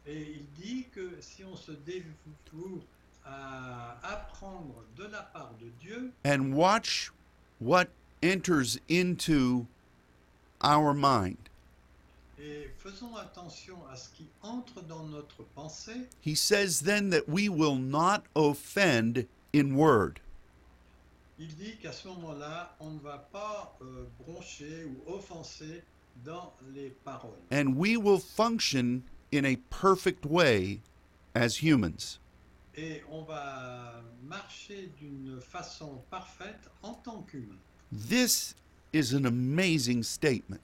Speaker 2: Et il dit que si on se dévoue à apprendre de la part de Dieu
Speaker 1: and watch what enters into our mind.
Speaker 2: et faisons attention à ce qui entre dans notre pensée,
Speaker 1: He says then that we will not offend in word.
Speaker 2: il dit qu'à ce moment-là, on ne va pas euh, broncher ou offenser dans les paroles.
Speaker 1: and we will function in a perfect way as humans.
Speaker 2: Et on va marcher d'une façon parfaite en tant qu'humain.
Speaker 1: This is an amazing statement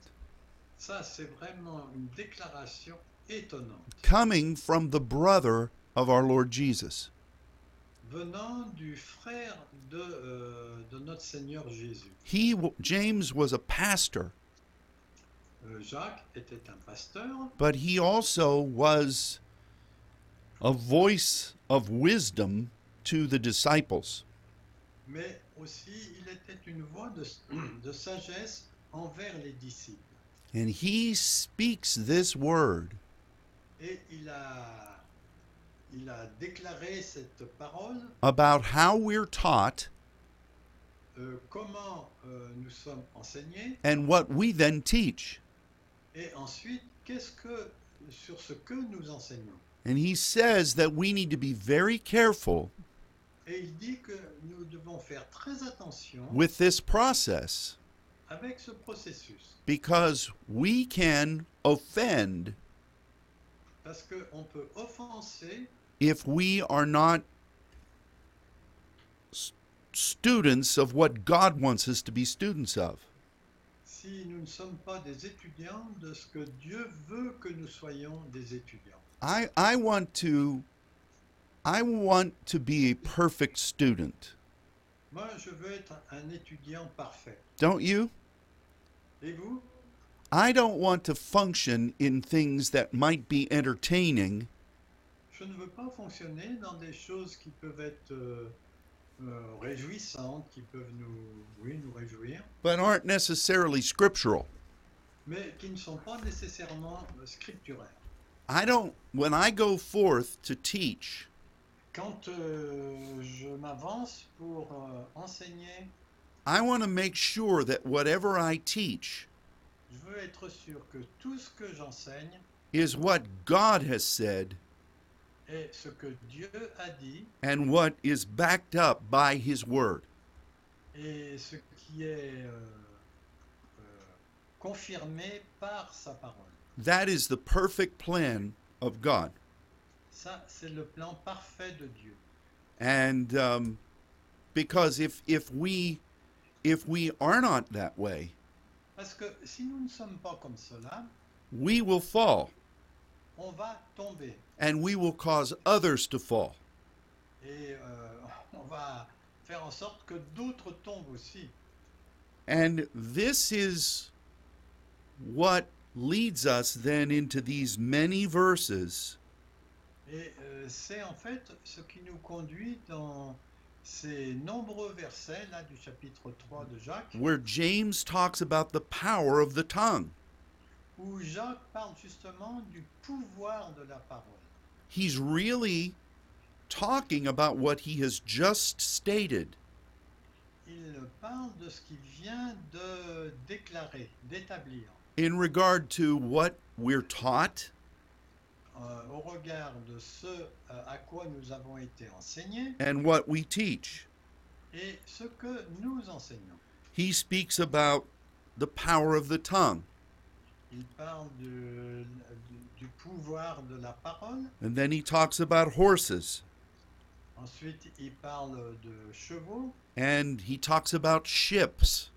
Speaker 2: Ça, c'est vraiment une déclaration étonnante,
Speaker 1: coming from the brother of our Lord Jesus.
Speaker 2: venant du frère de, euh, de notre Seigneur Jésus.
Speaker 1: He w- James was a pastor,
Speaker 2: Euh, Jacques était un pasteur,
Speaker 1: but he also was a voice of wisdom to the disciples.
Speaker 2: mais aussi il était une voix de, de sagesse envers les disciples.
Speaker 1: And he speaks this word
Speaker 2: Et il a, il a déclaré cette parole,
Speaker 1: about how we're taught
Speaker 2: euh, comment euh, nous sommes enseignés,
Speaker 1: and what we then teach.
Speaker 2: et ensuite qu'est-ce que sur ce que nous enseignons.
Speaker 1: And he says that we need to be very careful
Speaker 2: Et il dit que nous devons faire très attention
Speaker 1: with this process
Speaker 2: avec ce processus,
Speaker 1: because we can offend
Speaker 2: parce qu'on peut offenser
Speaker 1: if we are not s- students of what God wants us to be students of.
Speaker 2: si nous ne sommes pas des étudiants de ce que Dieu veut que nous soyons des étudiants.
Speaker 1: I, I want to I want to be a perfect student.
Speaker 2: Moi, je veux être un étudiant parfait.
Speaker 1: Don't you?
Speaker 2: Et vous
Speaker 1: I don't want to function in things that might be entertaining
Speaker 2: Je ne veux pas fonctionner dans des choses qui peuvent être euh, euh, réjouissantes, qui peuvent nous, oui, nous réjouir,
Speaker 1: but aren't necessarily scriptural.
Speaker 2: mais qui ne sont pas nécessairement euh, scripturaires.
Speaker 1: I don't when I go forth to teach
Speaker 2: Quand euh, je m'avance pour euh, enseigner,
Speaker 1: I want to make sure that whatever I teach
Speaker 2: je veux être sûr que tout ce que j'enseigne
Speaker 1: is what God has said
Speaker 2: est ce que Dieu a dit
Speaker 1: and what is backed up by His Word.
Speaker 2: et ce qui est euh, euh, confirmé par sa parole.
Speaker 1: That is the perfect plan of God.
Speaker 2: Ça, c'est le plan parfait de Dieu.
Speaker 1: And um, because if if we if we are not that way,
Speaker 2: Parce que si nous ne sommes pas comme cela,
Speaker 1: we will fall
Speaker 2: on va tomber
Speaker 1: and we will cause others to fall.
Speaker 2: et euh, on va faire en sorte que d'autres tombent aussi.
Speaker 1: And this is what leads us then into these many verses
Speaker 2: Et euh, c'est en fait ce qui nous conduit dans ces nombreux versets là du chapitre 3 de Jacques,
Speaker 1: where James talks about the power of the tongue.
Speaker 2: où Jacques parle justement du pouvoir de la parole.
Speaker 1: He's really talking about what he has just stated
Speaker 2: Il parle de ce qu'il vient de déclarer, d'établir,
Speaker 1: in regard to what we're taught
Speaker 2: euh, au regard de ce euh, à quoi nous avons été enseignés
Speaker 1: and what we teach.
Speaker 2: et ce que nous enseignons.
Speaker 1: He speaks about the power of the tongue,
Speaker 2: Il parle de- du- du pouvoir de la parole,
Speaker 1: and then he talks about horses,
Speaker 2: ensuite il parle de chevaux,
Speaker 1: and he talks about ships,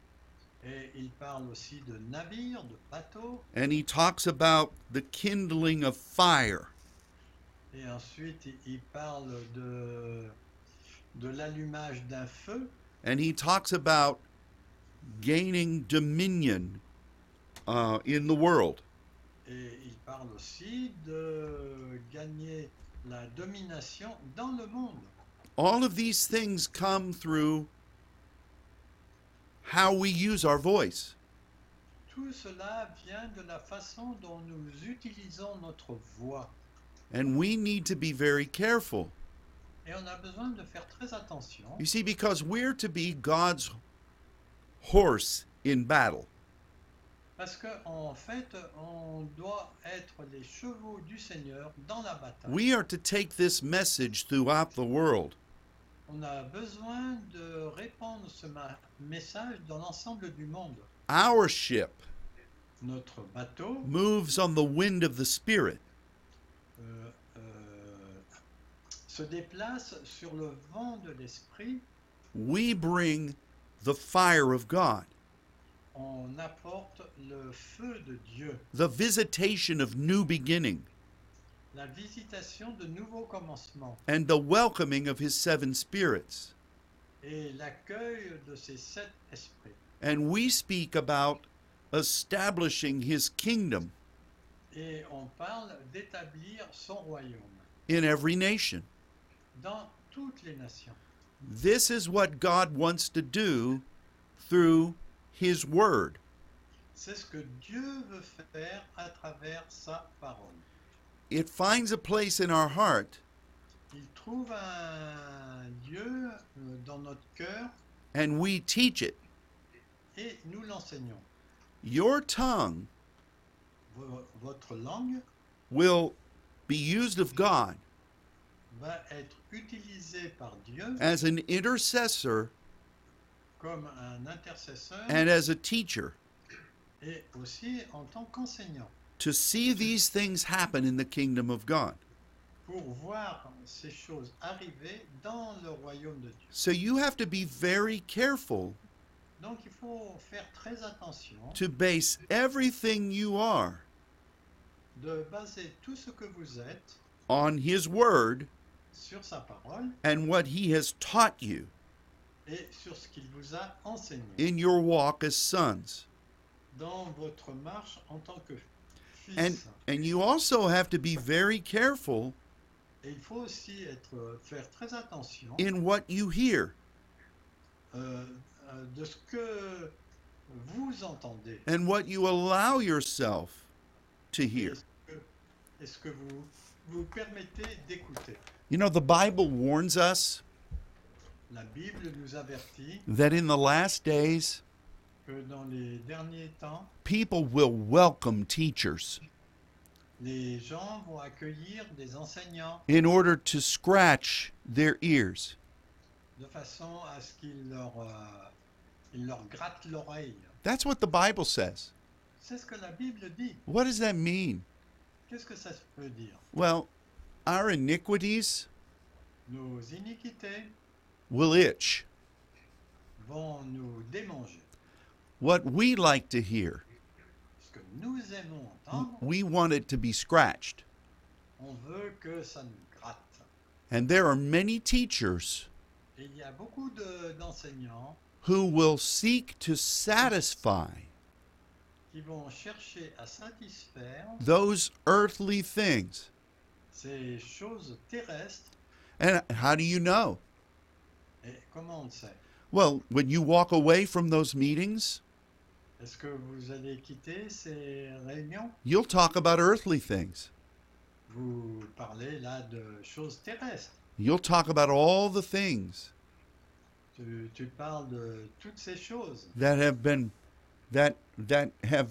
Speaker 2: et il parle aussi de navires, de bateaux,
Speaker 1: and he talks about the kindling of fire.
Speaker 2: et ensuite il- il parle de, de l'allumage d'un feu,
Speaker 1: and he talks about gaining dominion uh, in the world.
Speaker 2: Et il parle aussi de gagner la domination dans le monde.
Speaker 1: All of these things come through how we use our voice.
Speaker 2: Tout cela vient de la façon dont nous utilisons notre voix.
Speaker 1: And we need to be very careful.
Speaker 2: Et on a besoin de faire très attention
Speaker 1: You see, because we're to be God's horse in battle.
Speaker 2: parce que en fait, on doit être les chevaux du Seigneur dans la bataille.
Speaker 1: We are to take this message throughout the world.
Speaker 2: On a besoin de répandre ce ma- message dans l'ensemble du monde.
Speaker 1: Our ship
Speaker 2: Notre bateau
Speaker 1: moves on the wind of the Spirit.
Speaker 2: euh, euh, se déplace sur le vent de l'esprit.
Speaker 1: We bring the fire of God,
Speaker 2: On apporte le feu de Dieu,
Speaker 1: the visitation of new beginning,
Speaker 2: la visitation de nouveaux commencements
Speaker 1: and the welcoming of His seven spirits.
Speaker 2: et l'accueil de ces sept esprits.
Speaker 1: And we speak about establishing His kingdom
Speaker 2: Et on parle d'établir son royaume
Speaker 1: in every nation.
Speaker 2: dans toutes les nations.
Speaker 1: This is what God wants to do through His Word.
Speaker 2: C'est ce que Dieu veut faire à travers sa parole.
Speaker 1: It finds a place in our heart
Speaker 2: Il trouve un lieu euh, dans notre cœur
Speaker 1: and we teach it.
Speaker 2: et nous l'enseignons.
Speaker 1: Your tongue
Speaker 2: Vo- Votre langue
Speaker 1: will be used of God
Speaker 2: va être utilisée par Dieu
Speaker 1: as an intercessor
Speaker 2: comme un intercesseur
Speaker 1: and as a teacher
Speaker 2: et aussi en tant qu'enseignant
Speaker 1: to see these things happen in the kingdom of God.
Speaker 2: pour voir ces choses arriver dans le royaume de Dieu.
Speaker 1: So you have to be very careful
Speaker 2: Donc il faut faire très attention
Speaker 1: to base everything you are
Speaker 2: de baser tout ce que vous êtes
Speaker 1: on His Word
Speaker 2: sur sa parole
Speaker 1: and what He has taught you
Speaker 2: et sur ce qu'il vous a enseigné
Speaker 1: in your walk as sons.
Speaker 2: dans votre marche en tant que fils.
Speaker 1: And and you also have to be very careful
Speaker 2: Et il faut aussi être, euh, faire très attention
Speaker 1: in what you hear
Speaker 2: euh, euh, de ce que vous entendez
Speaker 1: and what you allow yourself to
Speaker 2: et
Speaker 1: hear.
Speaker 2: ce que, et ce que vous vous permettez d'écouter.
Speaker 1: You know, the Bible warns us
Speaker 2: La Bible nous avertit
Speaker 1: that in the last days,
Speaker 2: que dans les derniers temps,
Speaker 1: people will welcome teachers
Speaker 2: les gens vont accueillir des enseignants
Speaker 1: in order to scratch their ears.
Speaker 2: de façon à ce qu'ils leur, euh, ils leur grattent l'oreille.
Speaker 1: That's what the Bible says.
Speaker 2: C'est ce que la Bible dit.
Speaker 1: What does that mean?
Speaker 2: Qu'est-ce que ça veut dire
Speaker 1: Well, our iniquities
Speaker 2: Nos iniquités
Speaker 1: will itch.
Speaker 2: vont nous démanger.
Speaker 1: What we like to hear,
Speaker 2: Ce que nous aimons entendre,
Speaker 1: Oh. we want it to be scratched.
Speaker 2: on veut que ça nous gratte.
Speaker 1: And there are many teachers
Speaker 2: Et il y a beaucoup de- d'enseignants
Speaker 1: who will seek to satisfy
Speaker 2: qui vont chercher à satisfaire
Speaker 1: those earthly things.
Speaker 2: ces choses terrestres.
Speaker 1: And how do you know?
Speaker 2: Et comment on le sait
Speaker 1: Well, when you walk away from those meetings,
Speaker 2: Est-ce que vous allez quitter ces réunions
Speaker 1: you'll talk about earthly things.
Speaker 2: Vous parlez là de choses terrestres.
Speaker 1: You'll talk about all the things
Speaker 2: Tu, tu parles de toutes ces choses
Speaker 1: that have been that that have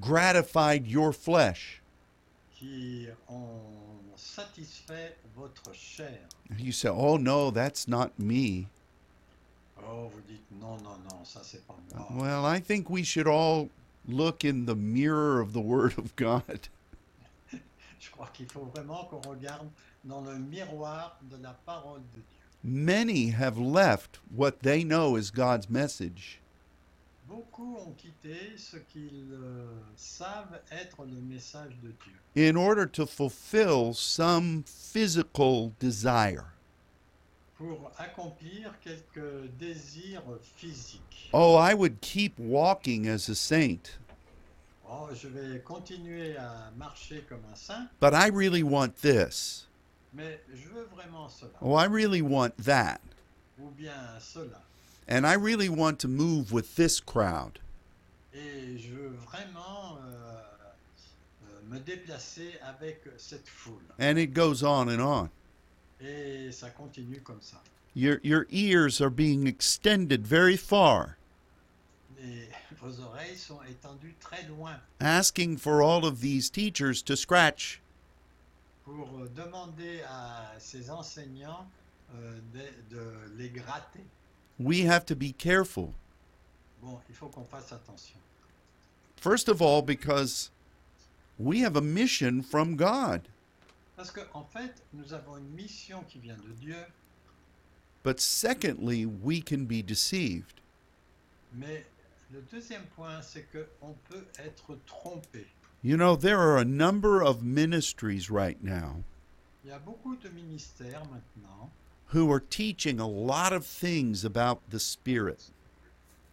Speaker 1: gratified your flesh.
Speaker 2: qui ont satisfait votre chair.
Speaker 1: You say, "Oh no, that's not me."
Speaker 2: Oh, vous dites non, non, non, ça c'est pas moi.
Speaker 1: Well, I think we should all look in the mirror of the word of God.
Speaker 2: Je crois qu'il faut vraiment qu'on regarde dans le miroir de la parole de Dieu.
Speaker 1: Many have left what they know is God's message
Speaker 2: Beaucoup ont quitté ce qu'ils euh, savent être le message de Dieu
Speaker 1: in order to fulfill some physical desire.
Speaker 2: pour accomplir quelques désirs physiques.
Speaker 1: Oh, I would keep walking as a saint.
Speaker 2: Oh, je vais continuer à marcher comme un saint,
Speaker 1: but I really want this.
Speaker 2: mais je veux vraiment cela.
Speaker 1: Oh, I really want that.
Speaker 2: Ou bien cela.
Speaker 1: And I really want to move with this crowd.
Speaker 2: Et je veux vraiment euh, euh, me déplacer avec cette foule.
Speaker 1: And it goes on and on.
Speaker 2: Et ça continue comme ça.
Speaker 1: Your, your ears are being extended very far,
Speaker 2: Et vos oreilles sont étendues très loin
Speaker 1: asking for all of these teachers to scratch
Speaker 2: pour euh, demander à ces enseignants euh, de, de les gratter.
Speaker 1: we have to be careful.
Speaker 2: Bon, il faut qu'on fasse attention.
Speaker 1: First of all, because we have a mission from God.
Speaker 2: Parce qu'en en fait, nous avons une mission qui vient de Dieu,
Speaker 1: But secondly, we can be deceived.
Speaker 2: mais le deuxième point, c'est qu'on peut être trompé.
Speaker 1: You know, there are a number of ministries right now
Speaker 2: Il y a beaucoup de ministères maintenant
Speaker 1: who are teaching a lot of things about the Spirit.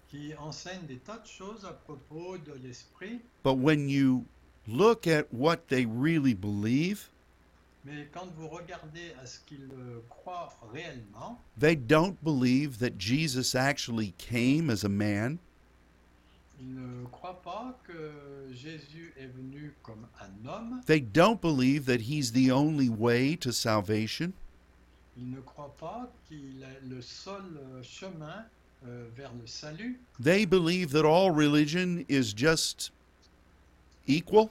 Speaker 2: qui enseignent des tas de choses à propos de l'esprit,
Speaker 1: But when you look at what they really believe,
Speaker 2: mais quand vous regardez à ce qu'ils euh, croient réellement,
Speaker 1: they don't believe that Jesus actually came as a man.
Speaker 2: ils ne croient pas que Jésus est venu comme un homme,
Speaker 1: They don't believe that he's the only way to salvation.
Speaker 2: ils ne croient pas qu'il est le seul euh, chemin euh, vers le salut,
Speaker 1: They believe that all religion is just equal.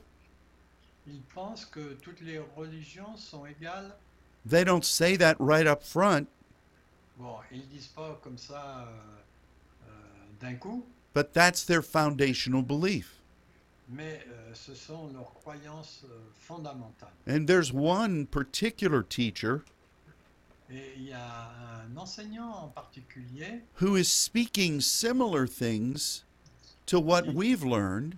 Speaker 2: ils pensent que toutes les religions sont égales
Speaker 1: They don't say that right up front,
Speaker 2: Bon, ils disent pas comme ça euh, euh, d'un coup,
Speaker 1: but that's their foundational belief.
Speaker 2: mais euh, ce sont leurs croyances euh, fondamentales.
Speaker 1: And there's one particular teacher
Speaker 2: Et il y a un enseignant en particulier
Speaker 1: who is speaking similar things to what we've learned,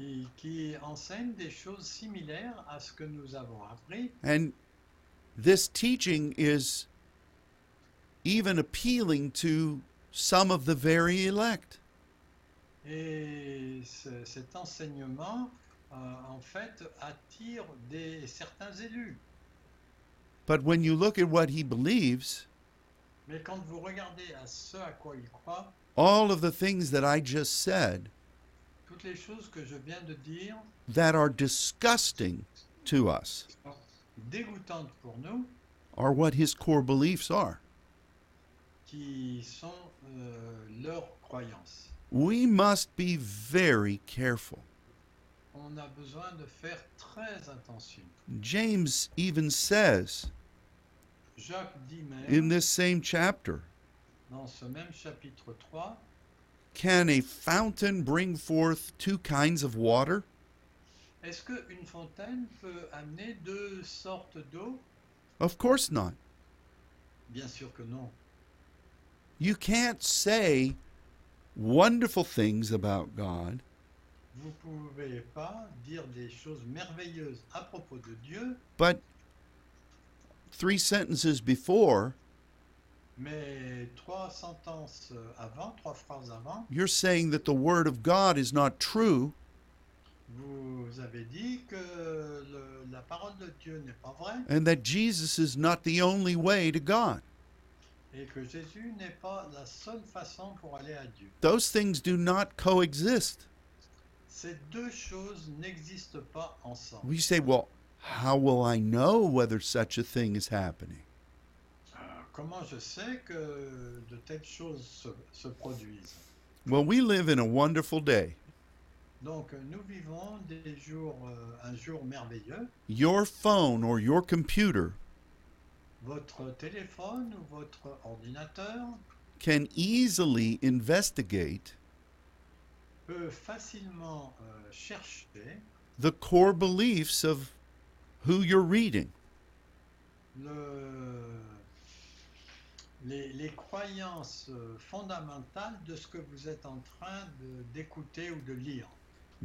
Speaker 2: et qui enseigne des choses similaires à ce que nous avons appris.
Speaker 1: and this teaching is even appealing to some of the very elect.
Speaker 2: Et ce- cet enseignement, euh, en fait, attire des, certains élus.
Speaker 1: But when you look at what he believes,
Speaker 2: Mais quand vous regardez à ce à quoi il croit,
Speaker 1: all of the things that I just said
Speaker 2: toutes les choses que je viens de dire,
Speaker 1: that are disgusting to us
Speaker 2: dégoûtantes pour nous,
Speaker 1: are what his core beliefs are.
Speaker 2: qui sont euh, leurs croyances.
Speaker 1: We must be very careful.
Speaker 2: On a besoin de faire très attention.
Speaker 1: James even says
Speaker 2: Jacques dit
Speaker 1: in
Speaker 2: même,
Speaker 1: this same chapter
Speaker 2: dans ce même chapitre 3,
Speaker 1: Can a fountain bring forth two kinds of water?
Speaker 2: est-ce qu'une fontaine peut amener deux sortes d'eau
Speaker 1: Of course not.
Speaker 2: Bien sûr que non.
Speaker 1: You can't say wonderful things about God
Speaker 2: Vous pouvez pas dire des choses merveilleuses à propos de Dieu,
Speaker 1: But three sentences before,
Speaker 2: mais trois sentences avant, trois phrases avant,
Speaker 1: you're saying that the Word of God is not true,
Speaker 2: vous avez dit que le- la parole de Dieu n'est pas vraie
Speaker 1: and that Jesus is not the only way to God.
Speaker 2: et que Jésus n'est pas la seule façon pour aller à Dieu.
Speaker 1: Those things do not coexist.
Speaker 2: Ces deux choses n'existent pas ensemble.
Speaker 1: We say, well, how will I know whether such a thing is happening?
Speaker 2: Euh, Comment je sais que de telles choses se, se produisent
Speaker 1: Well, we live in a wonderful day.
Speaker 2: Donc euh, nous vivons des jours, euh, un jour merveilleux.
Speaker 1: Your phone or your computer
Speaker 2: Votre téléphone ou votre ordinateur
Speaker 1: can easily investigate
Speaker 2: peut facilement euh, chercher
Speaker 1: the core beliefs of who you're reading.
Speaker 2: le- les, les croyances euh, fondamentales de ce que vous êtes en train de- d'écouter ou de lire.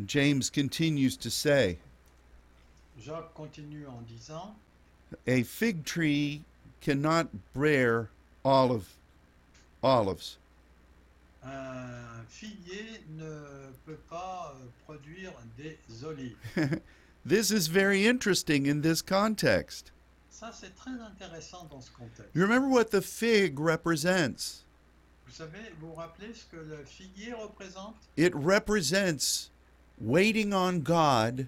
Speaker 1: James continues to say,
Speaker 2: Jacques continue en disant
Speaker 1: a fig tree cannot bear olive olives
Speaker 2: un figuier ne peut pas euh, produire des olives.
Speaker 1: This is very interesting in this context.
Speaker 2: Ça, c'est très intéressant dans ce contexte.
Speaker 1: You remember what the fig represents?
Speaker 2: Vous savez, vous vous rappelez ce que le figuier représente
Speaker 1: It represents waiting on God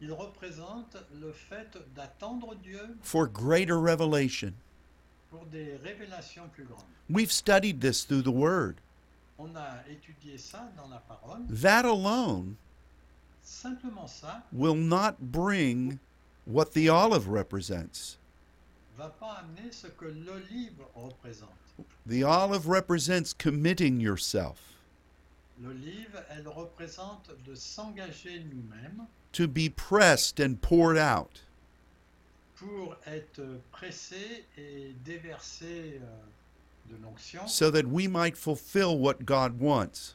Speaker 2: Il représente le fait d'attendre Dieu
Speaker 1: for greater revelation.
Speaker 2: pour des révélations plus grandes.
Speaker 1: We've studied this through the Word.
Speaker 2: On a étudié ça dans la parole.
Speaker 1: That alone
Speaker 2: Simplement ça
Speaker 1: will not bring what the olive represents.
Speaker 2: va pas amener ce que l'olive représente.
Speaker 1: The olive represents committing yourself
Speaker 2: L'olive, elle représente de s'engager nous-mêmes
Speaker 1: to be pressed and poured out.
Speaker 2: pour être pressé et déversé euh, de l'onction
Speaker 1: so that we might fulfill what God wants.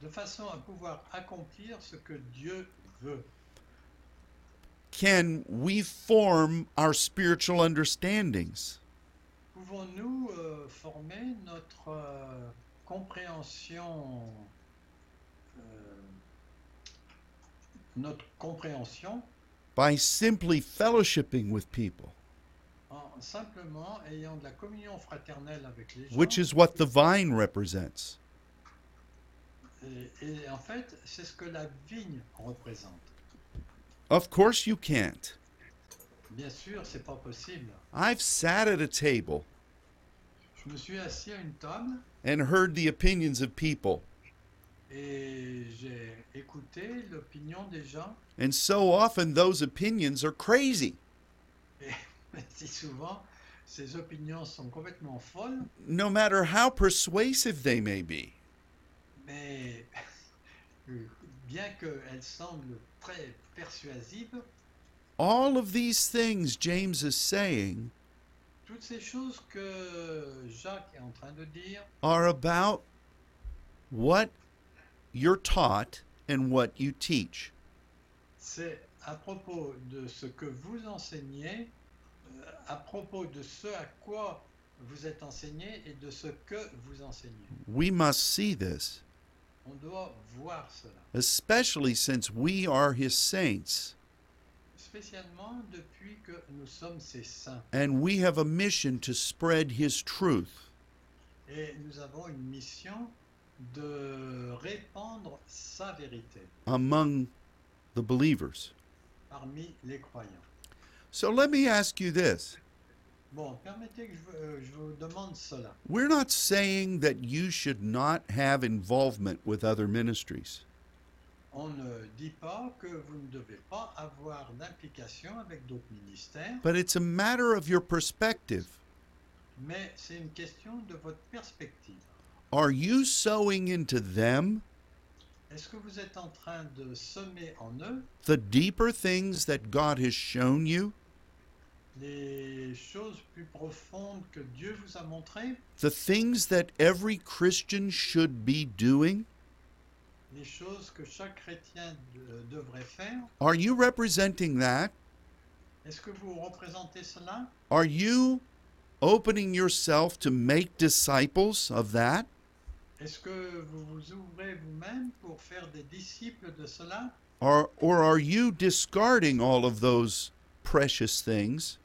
Speaker 2: de façon à pouvoir accomplir ce que Dieu veut.
Speaker 1: Can we form our spiritual understandings?
Speaker 2: Pouvons-nous euh, former notre euh, compréhension euh, notre compréhension
Speaker 1: By simply fellowshipping with people,
Speaker 2: en simplement ayant de la communion fraternelle avec les gens
Speaker 1: which is what the vine represents.
Speaker 2: et, et en fait, c'est ce que la vigne représente.
Speaker 1: Of course, you can't.
Speaker 2: Bien sûr, c'est pas possible.
Speaker 1: I've sat at a table
Speaker 2: Je me suis assis à une table
Speaker 1: and heard the opinions of people,
Speaker 2: et j'ai écouté l'opinion des gens
Speaker 1: and so often those opinions are crazy.
Speaker 2: Et si souvent, ces opinions sont complètement folles,
Speaker 1: No matter how persuasive they may be,
Speaker 2: mais euh, bien qu'elles semblent très persuasives,
Speaker 1: all of these things James is saying
Speaker 2: toutes ces choses que Jacques est en train de dire
Speaker 1: are about what you're taught and what you teach.
Speaker 2: C'est à propos de ce que vous enseignez, euh, à propos de ce à quoi vous êtes enseigné et de ce que vous enseignez.
Speaker 1: We must see this,
Speaker 2: On doit voir cela,
Speaker 1: especially since we are his saints
Speaker 2: spécialement depuis que nous sommes ces saints
Speaker 1: and we have a mission to spread his truth.
Speaker 2: et nous avons une mission de répandre sa vérité
Speaker 1: among the believers.
Speaker 2: parmi les croyants.
Speaker 1: So let me ask you this.
Speaker 2: Bon, permettez que je, euh, je vous demande cela.
Speaker 1: We're not saying that you should not have involvement with other ministries.
Speaker 2: On ne dit pas que vous ne devez pas avoir d'implication avec d'autres ministères,
Speaker 1: But it's a matter of your perspective.
Speaker 2: mais c'est une question de votre perspective.
Speaker 1: Are you sowing into them
Speaker 2: Est-ce que vous êtes en train de semer en eux
Speaker 1: the deeper things that God has shown you,
Speaker 2: les choses plus profondes que Dieu vous a montrées,
Speaker 1: the things that every Christian should be doing?
Speaker 2: les choses que chaque chrétien de- devrait faire
Speaker 1: Are you representing that?
Speaker 2: Est-ce que vous représentez cela
Speaker 1: Are you opening yourself to make disciples of that?
Speaker 2: Est-ce que vous vous ouvrez vous-même pour faire des disciples de cela
Speaker 1: Or, or are you discarding all of those precious things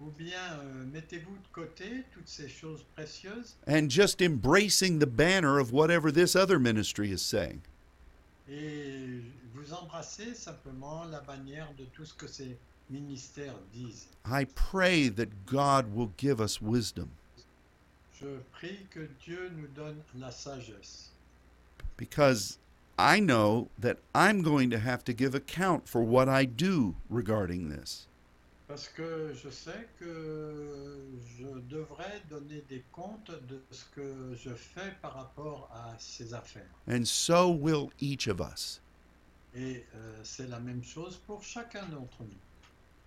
Speaker 2: Ou bien euh, mettez-vous de côté toutes ces choses précieuses
Speaker 1: and just embracing the banner of whatever this other ministry is saying?
Speaker 2: et vous embrassez simplement la bannière de tout ce que ces ministères disent.
Speaker 1: I pray that God will give us wisdom
Speaker 2: Je prie que Dieu nous donne la sagesse.
Speaker 1: because I know that I'm going to have to give account for what I do regarding this.
Speaker 2: Parce que je sais que je devrais donner des comptes de ce que je fais par rapport à ces affaires.
Speaker 1: And so will each of us.
Speaker 2: Et euh, c'est la même chose pour chacun d'entre nous.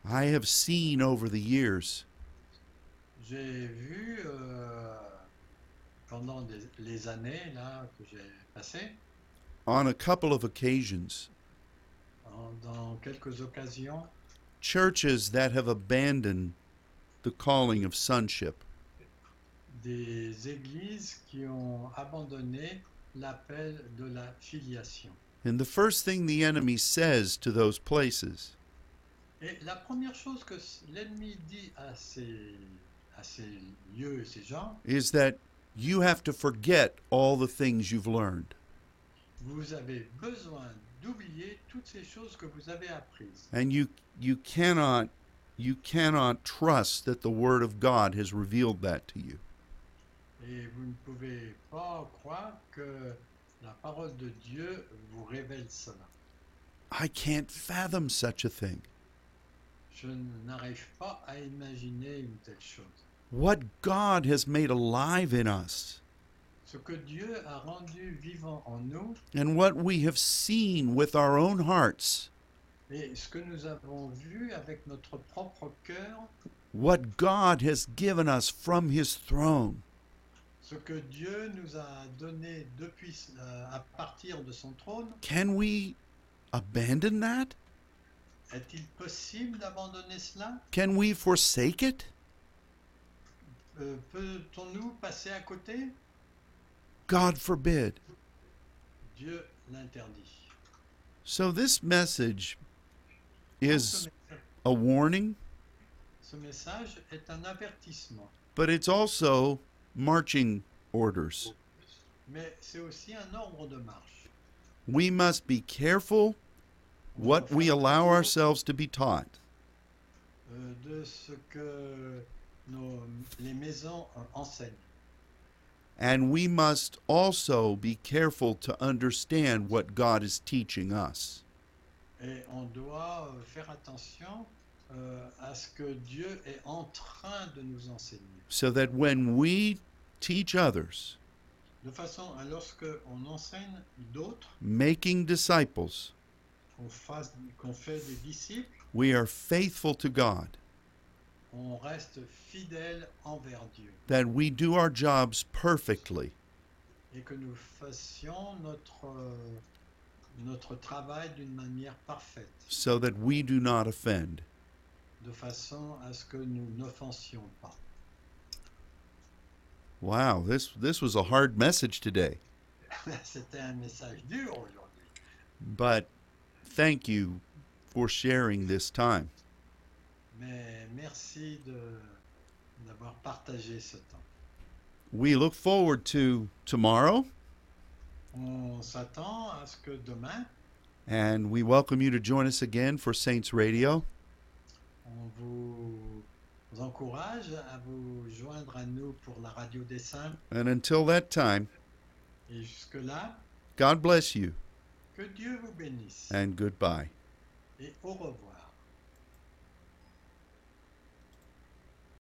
Speaker 1: I have seen over the years
Speaker 2: J'ai vu euh, pendant des- les années là, que j'ai passées,
Speaker 1: on a couple of occasions
Speaker 2: en- dans quelques occasions,
Speaker 1: churches that have abandoned the calling of sonship.
Speaker 2: des églises qui ont abandonné l'appel de la filiation.
Speaker 1: And the first thing the enemy says to those places
Speaker 2: Et la première chose que s- l'ennemi dit à ces, à ces lieux et ces gens,
Speaker 1: is that you have to forget all the things you've learned
Speaker 2: vous avez besoin d'oublier toutes ces choses que vous avez apprises.
Speaker 1: and you you cannot you cannot trust that the word of God has revealed that to you.
Speaker 2: Et vous ne pouvez pas croire que la parole de Dieu vous révèle cela.
Speaker 1: I can't fathom such a thing.
Speaker 2: Je n'arrive pas à imaginer une telle chose.
Speaker 1: What God has made alive in us
Speaker 2: Ce que Dieu a rendu vivant en nous
Speaker 1: and what we have seen with our own hearts,
Speaker 2: et ce que nous avons vu avec notre propre cœur,
Speaker 1: what God has given us from his throne.
Speaker 2: ce que Dieu nous a donné depuis euh, à partir de son trône,
Speaker 1: Can we abandon that?
Speaker 2: est-il possible d'abandonner cela
Speaker 1: Can we forsake it?
Speaker 2: Euh, Peut-on nous passer à côté
Speaker 1: God forbid.
Speaker 2: Dieu l'interdit.
Speaker 1: So this message
Speaker 2: Ce
Speaker 1: is
Speaker 2: message-
Speaker 1: a warning,
Speaker 2: ce message est un avertissement,
Speaker 1: but it's also marching orders.
Speaker 2: mais c'est aussi un ordre de marche.
Speaker 1: We must be careful what we allow ourselves to be taught.
Speaker 2: Euh, de ce que nos- les maisons euh, enseignent.
Speaker 1: And we must also be careful to understand what God is teaching us.
Speaker 2: Et on doit euh, faire attention euh, à ce que Dieu est en train de nous enseigner.
Speaker 1: So that when we teach others,
Speaker 2: De façon à lorsque on enseigne d'autres,
Speaker 1: making disciples,
Speaker 2: qu'on fasse, qu'on fait des disciples,
Speaker 1: we are faithful to God,
Speaker 2: on reste fidèle envers Dieu
Speaker 1: that we do our jobs perfectly,
Speaker 2: et que nous fassions notre euh, notre travail d'une manière parfaite,
Speaker 1: so that we do not offend.
Speaker 2: de façon à ce que nous n'offensions pas.
Speaker 1: Wow, this this was a hard message today,
Speaker 2: C'était un message dur aujourd'hui,
Speaker 1: but thank you for sharing this time.
Speaker 2: mais merci de d'avoir partagé ce temps.
Speaker 1: We look forward to tomorrow
Speaker 2: On s'attend à ce que demain,
Speaker 1: and we welcome you to join us again for Saints Radio.
Speaker 2: on vous encourage à vous joindre à nous pour la radio des saints.
Speaker 1: And until that time,
Speaker 2: Et jusque-là,
Speaker 1: God bless you
Speaker 2: que Dieu vous bénisse
Speaker 1: and goodbye.
Speaker 2: et au revoir.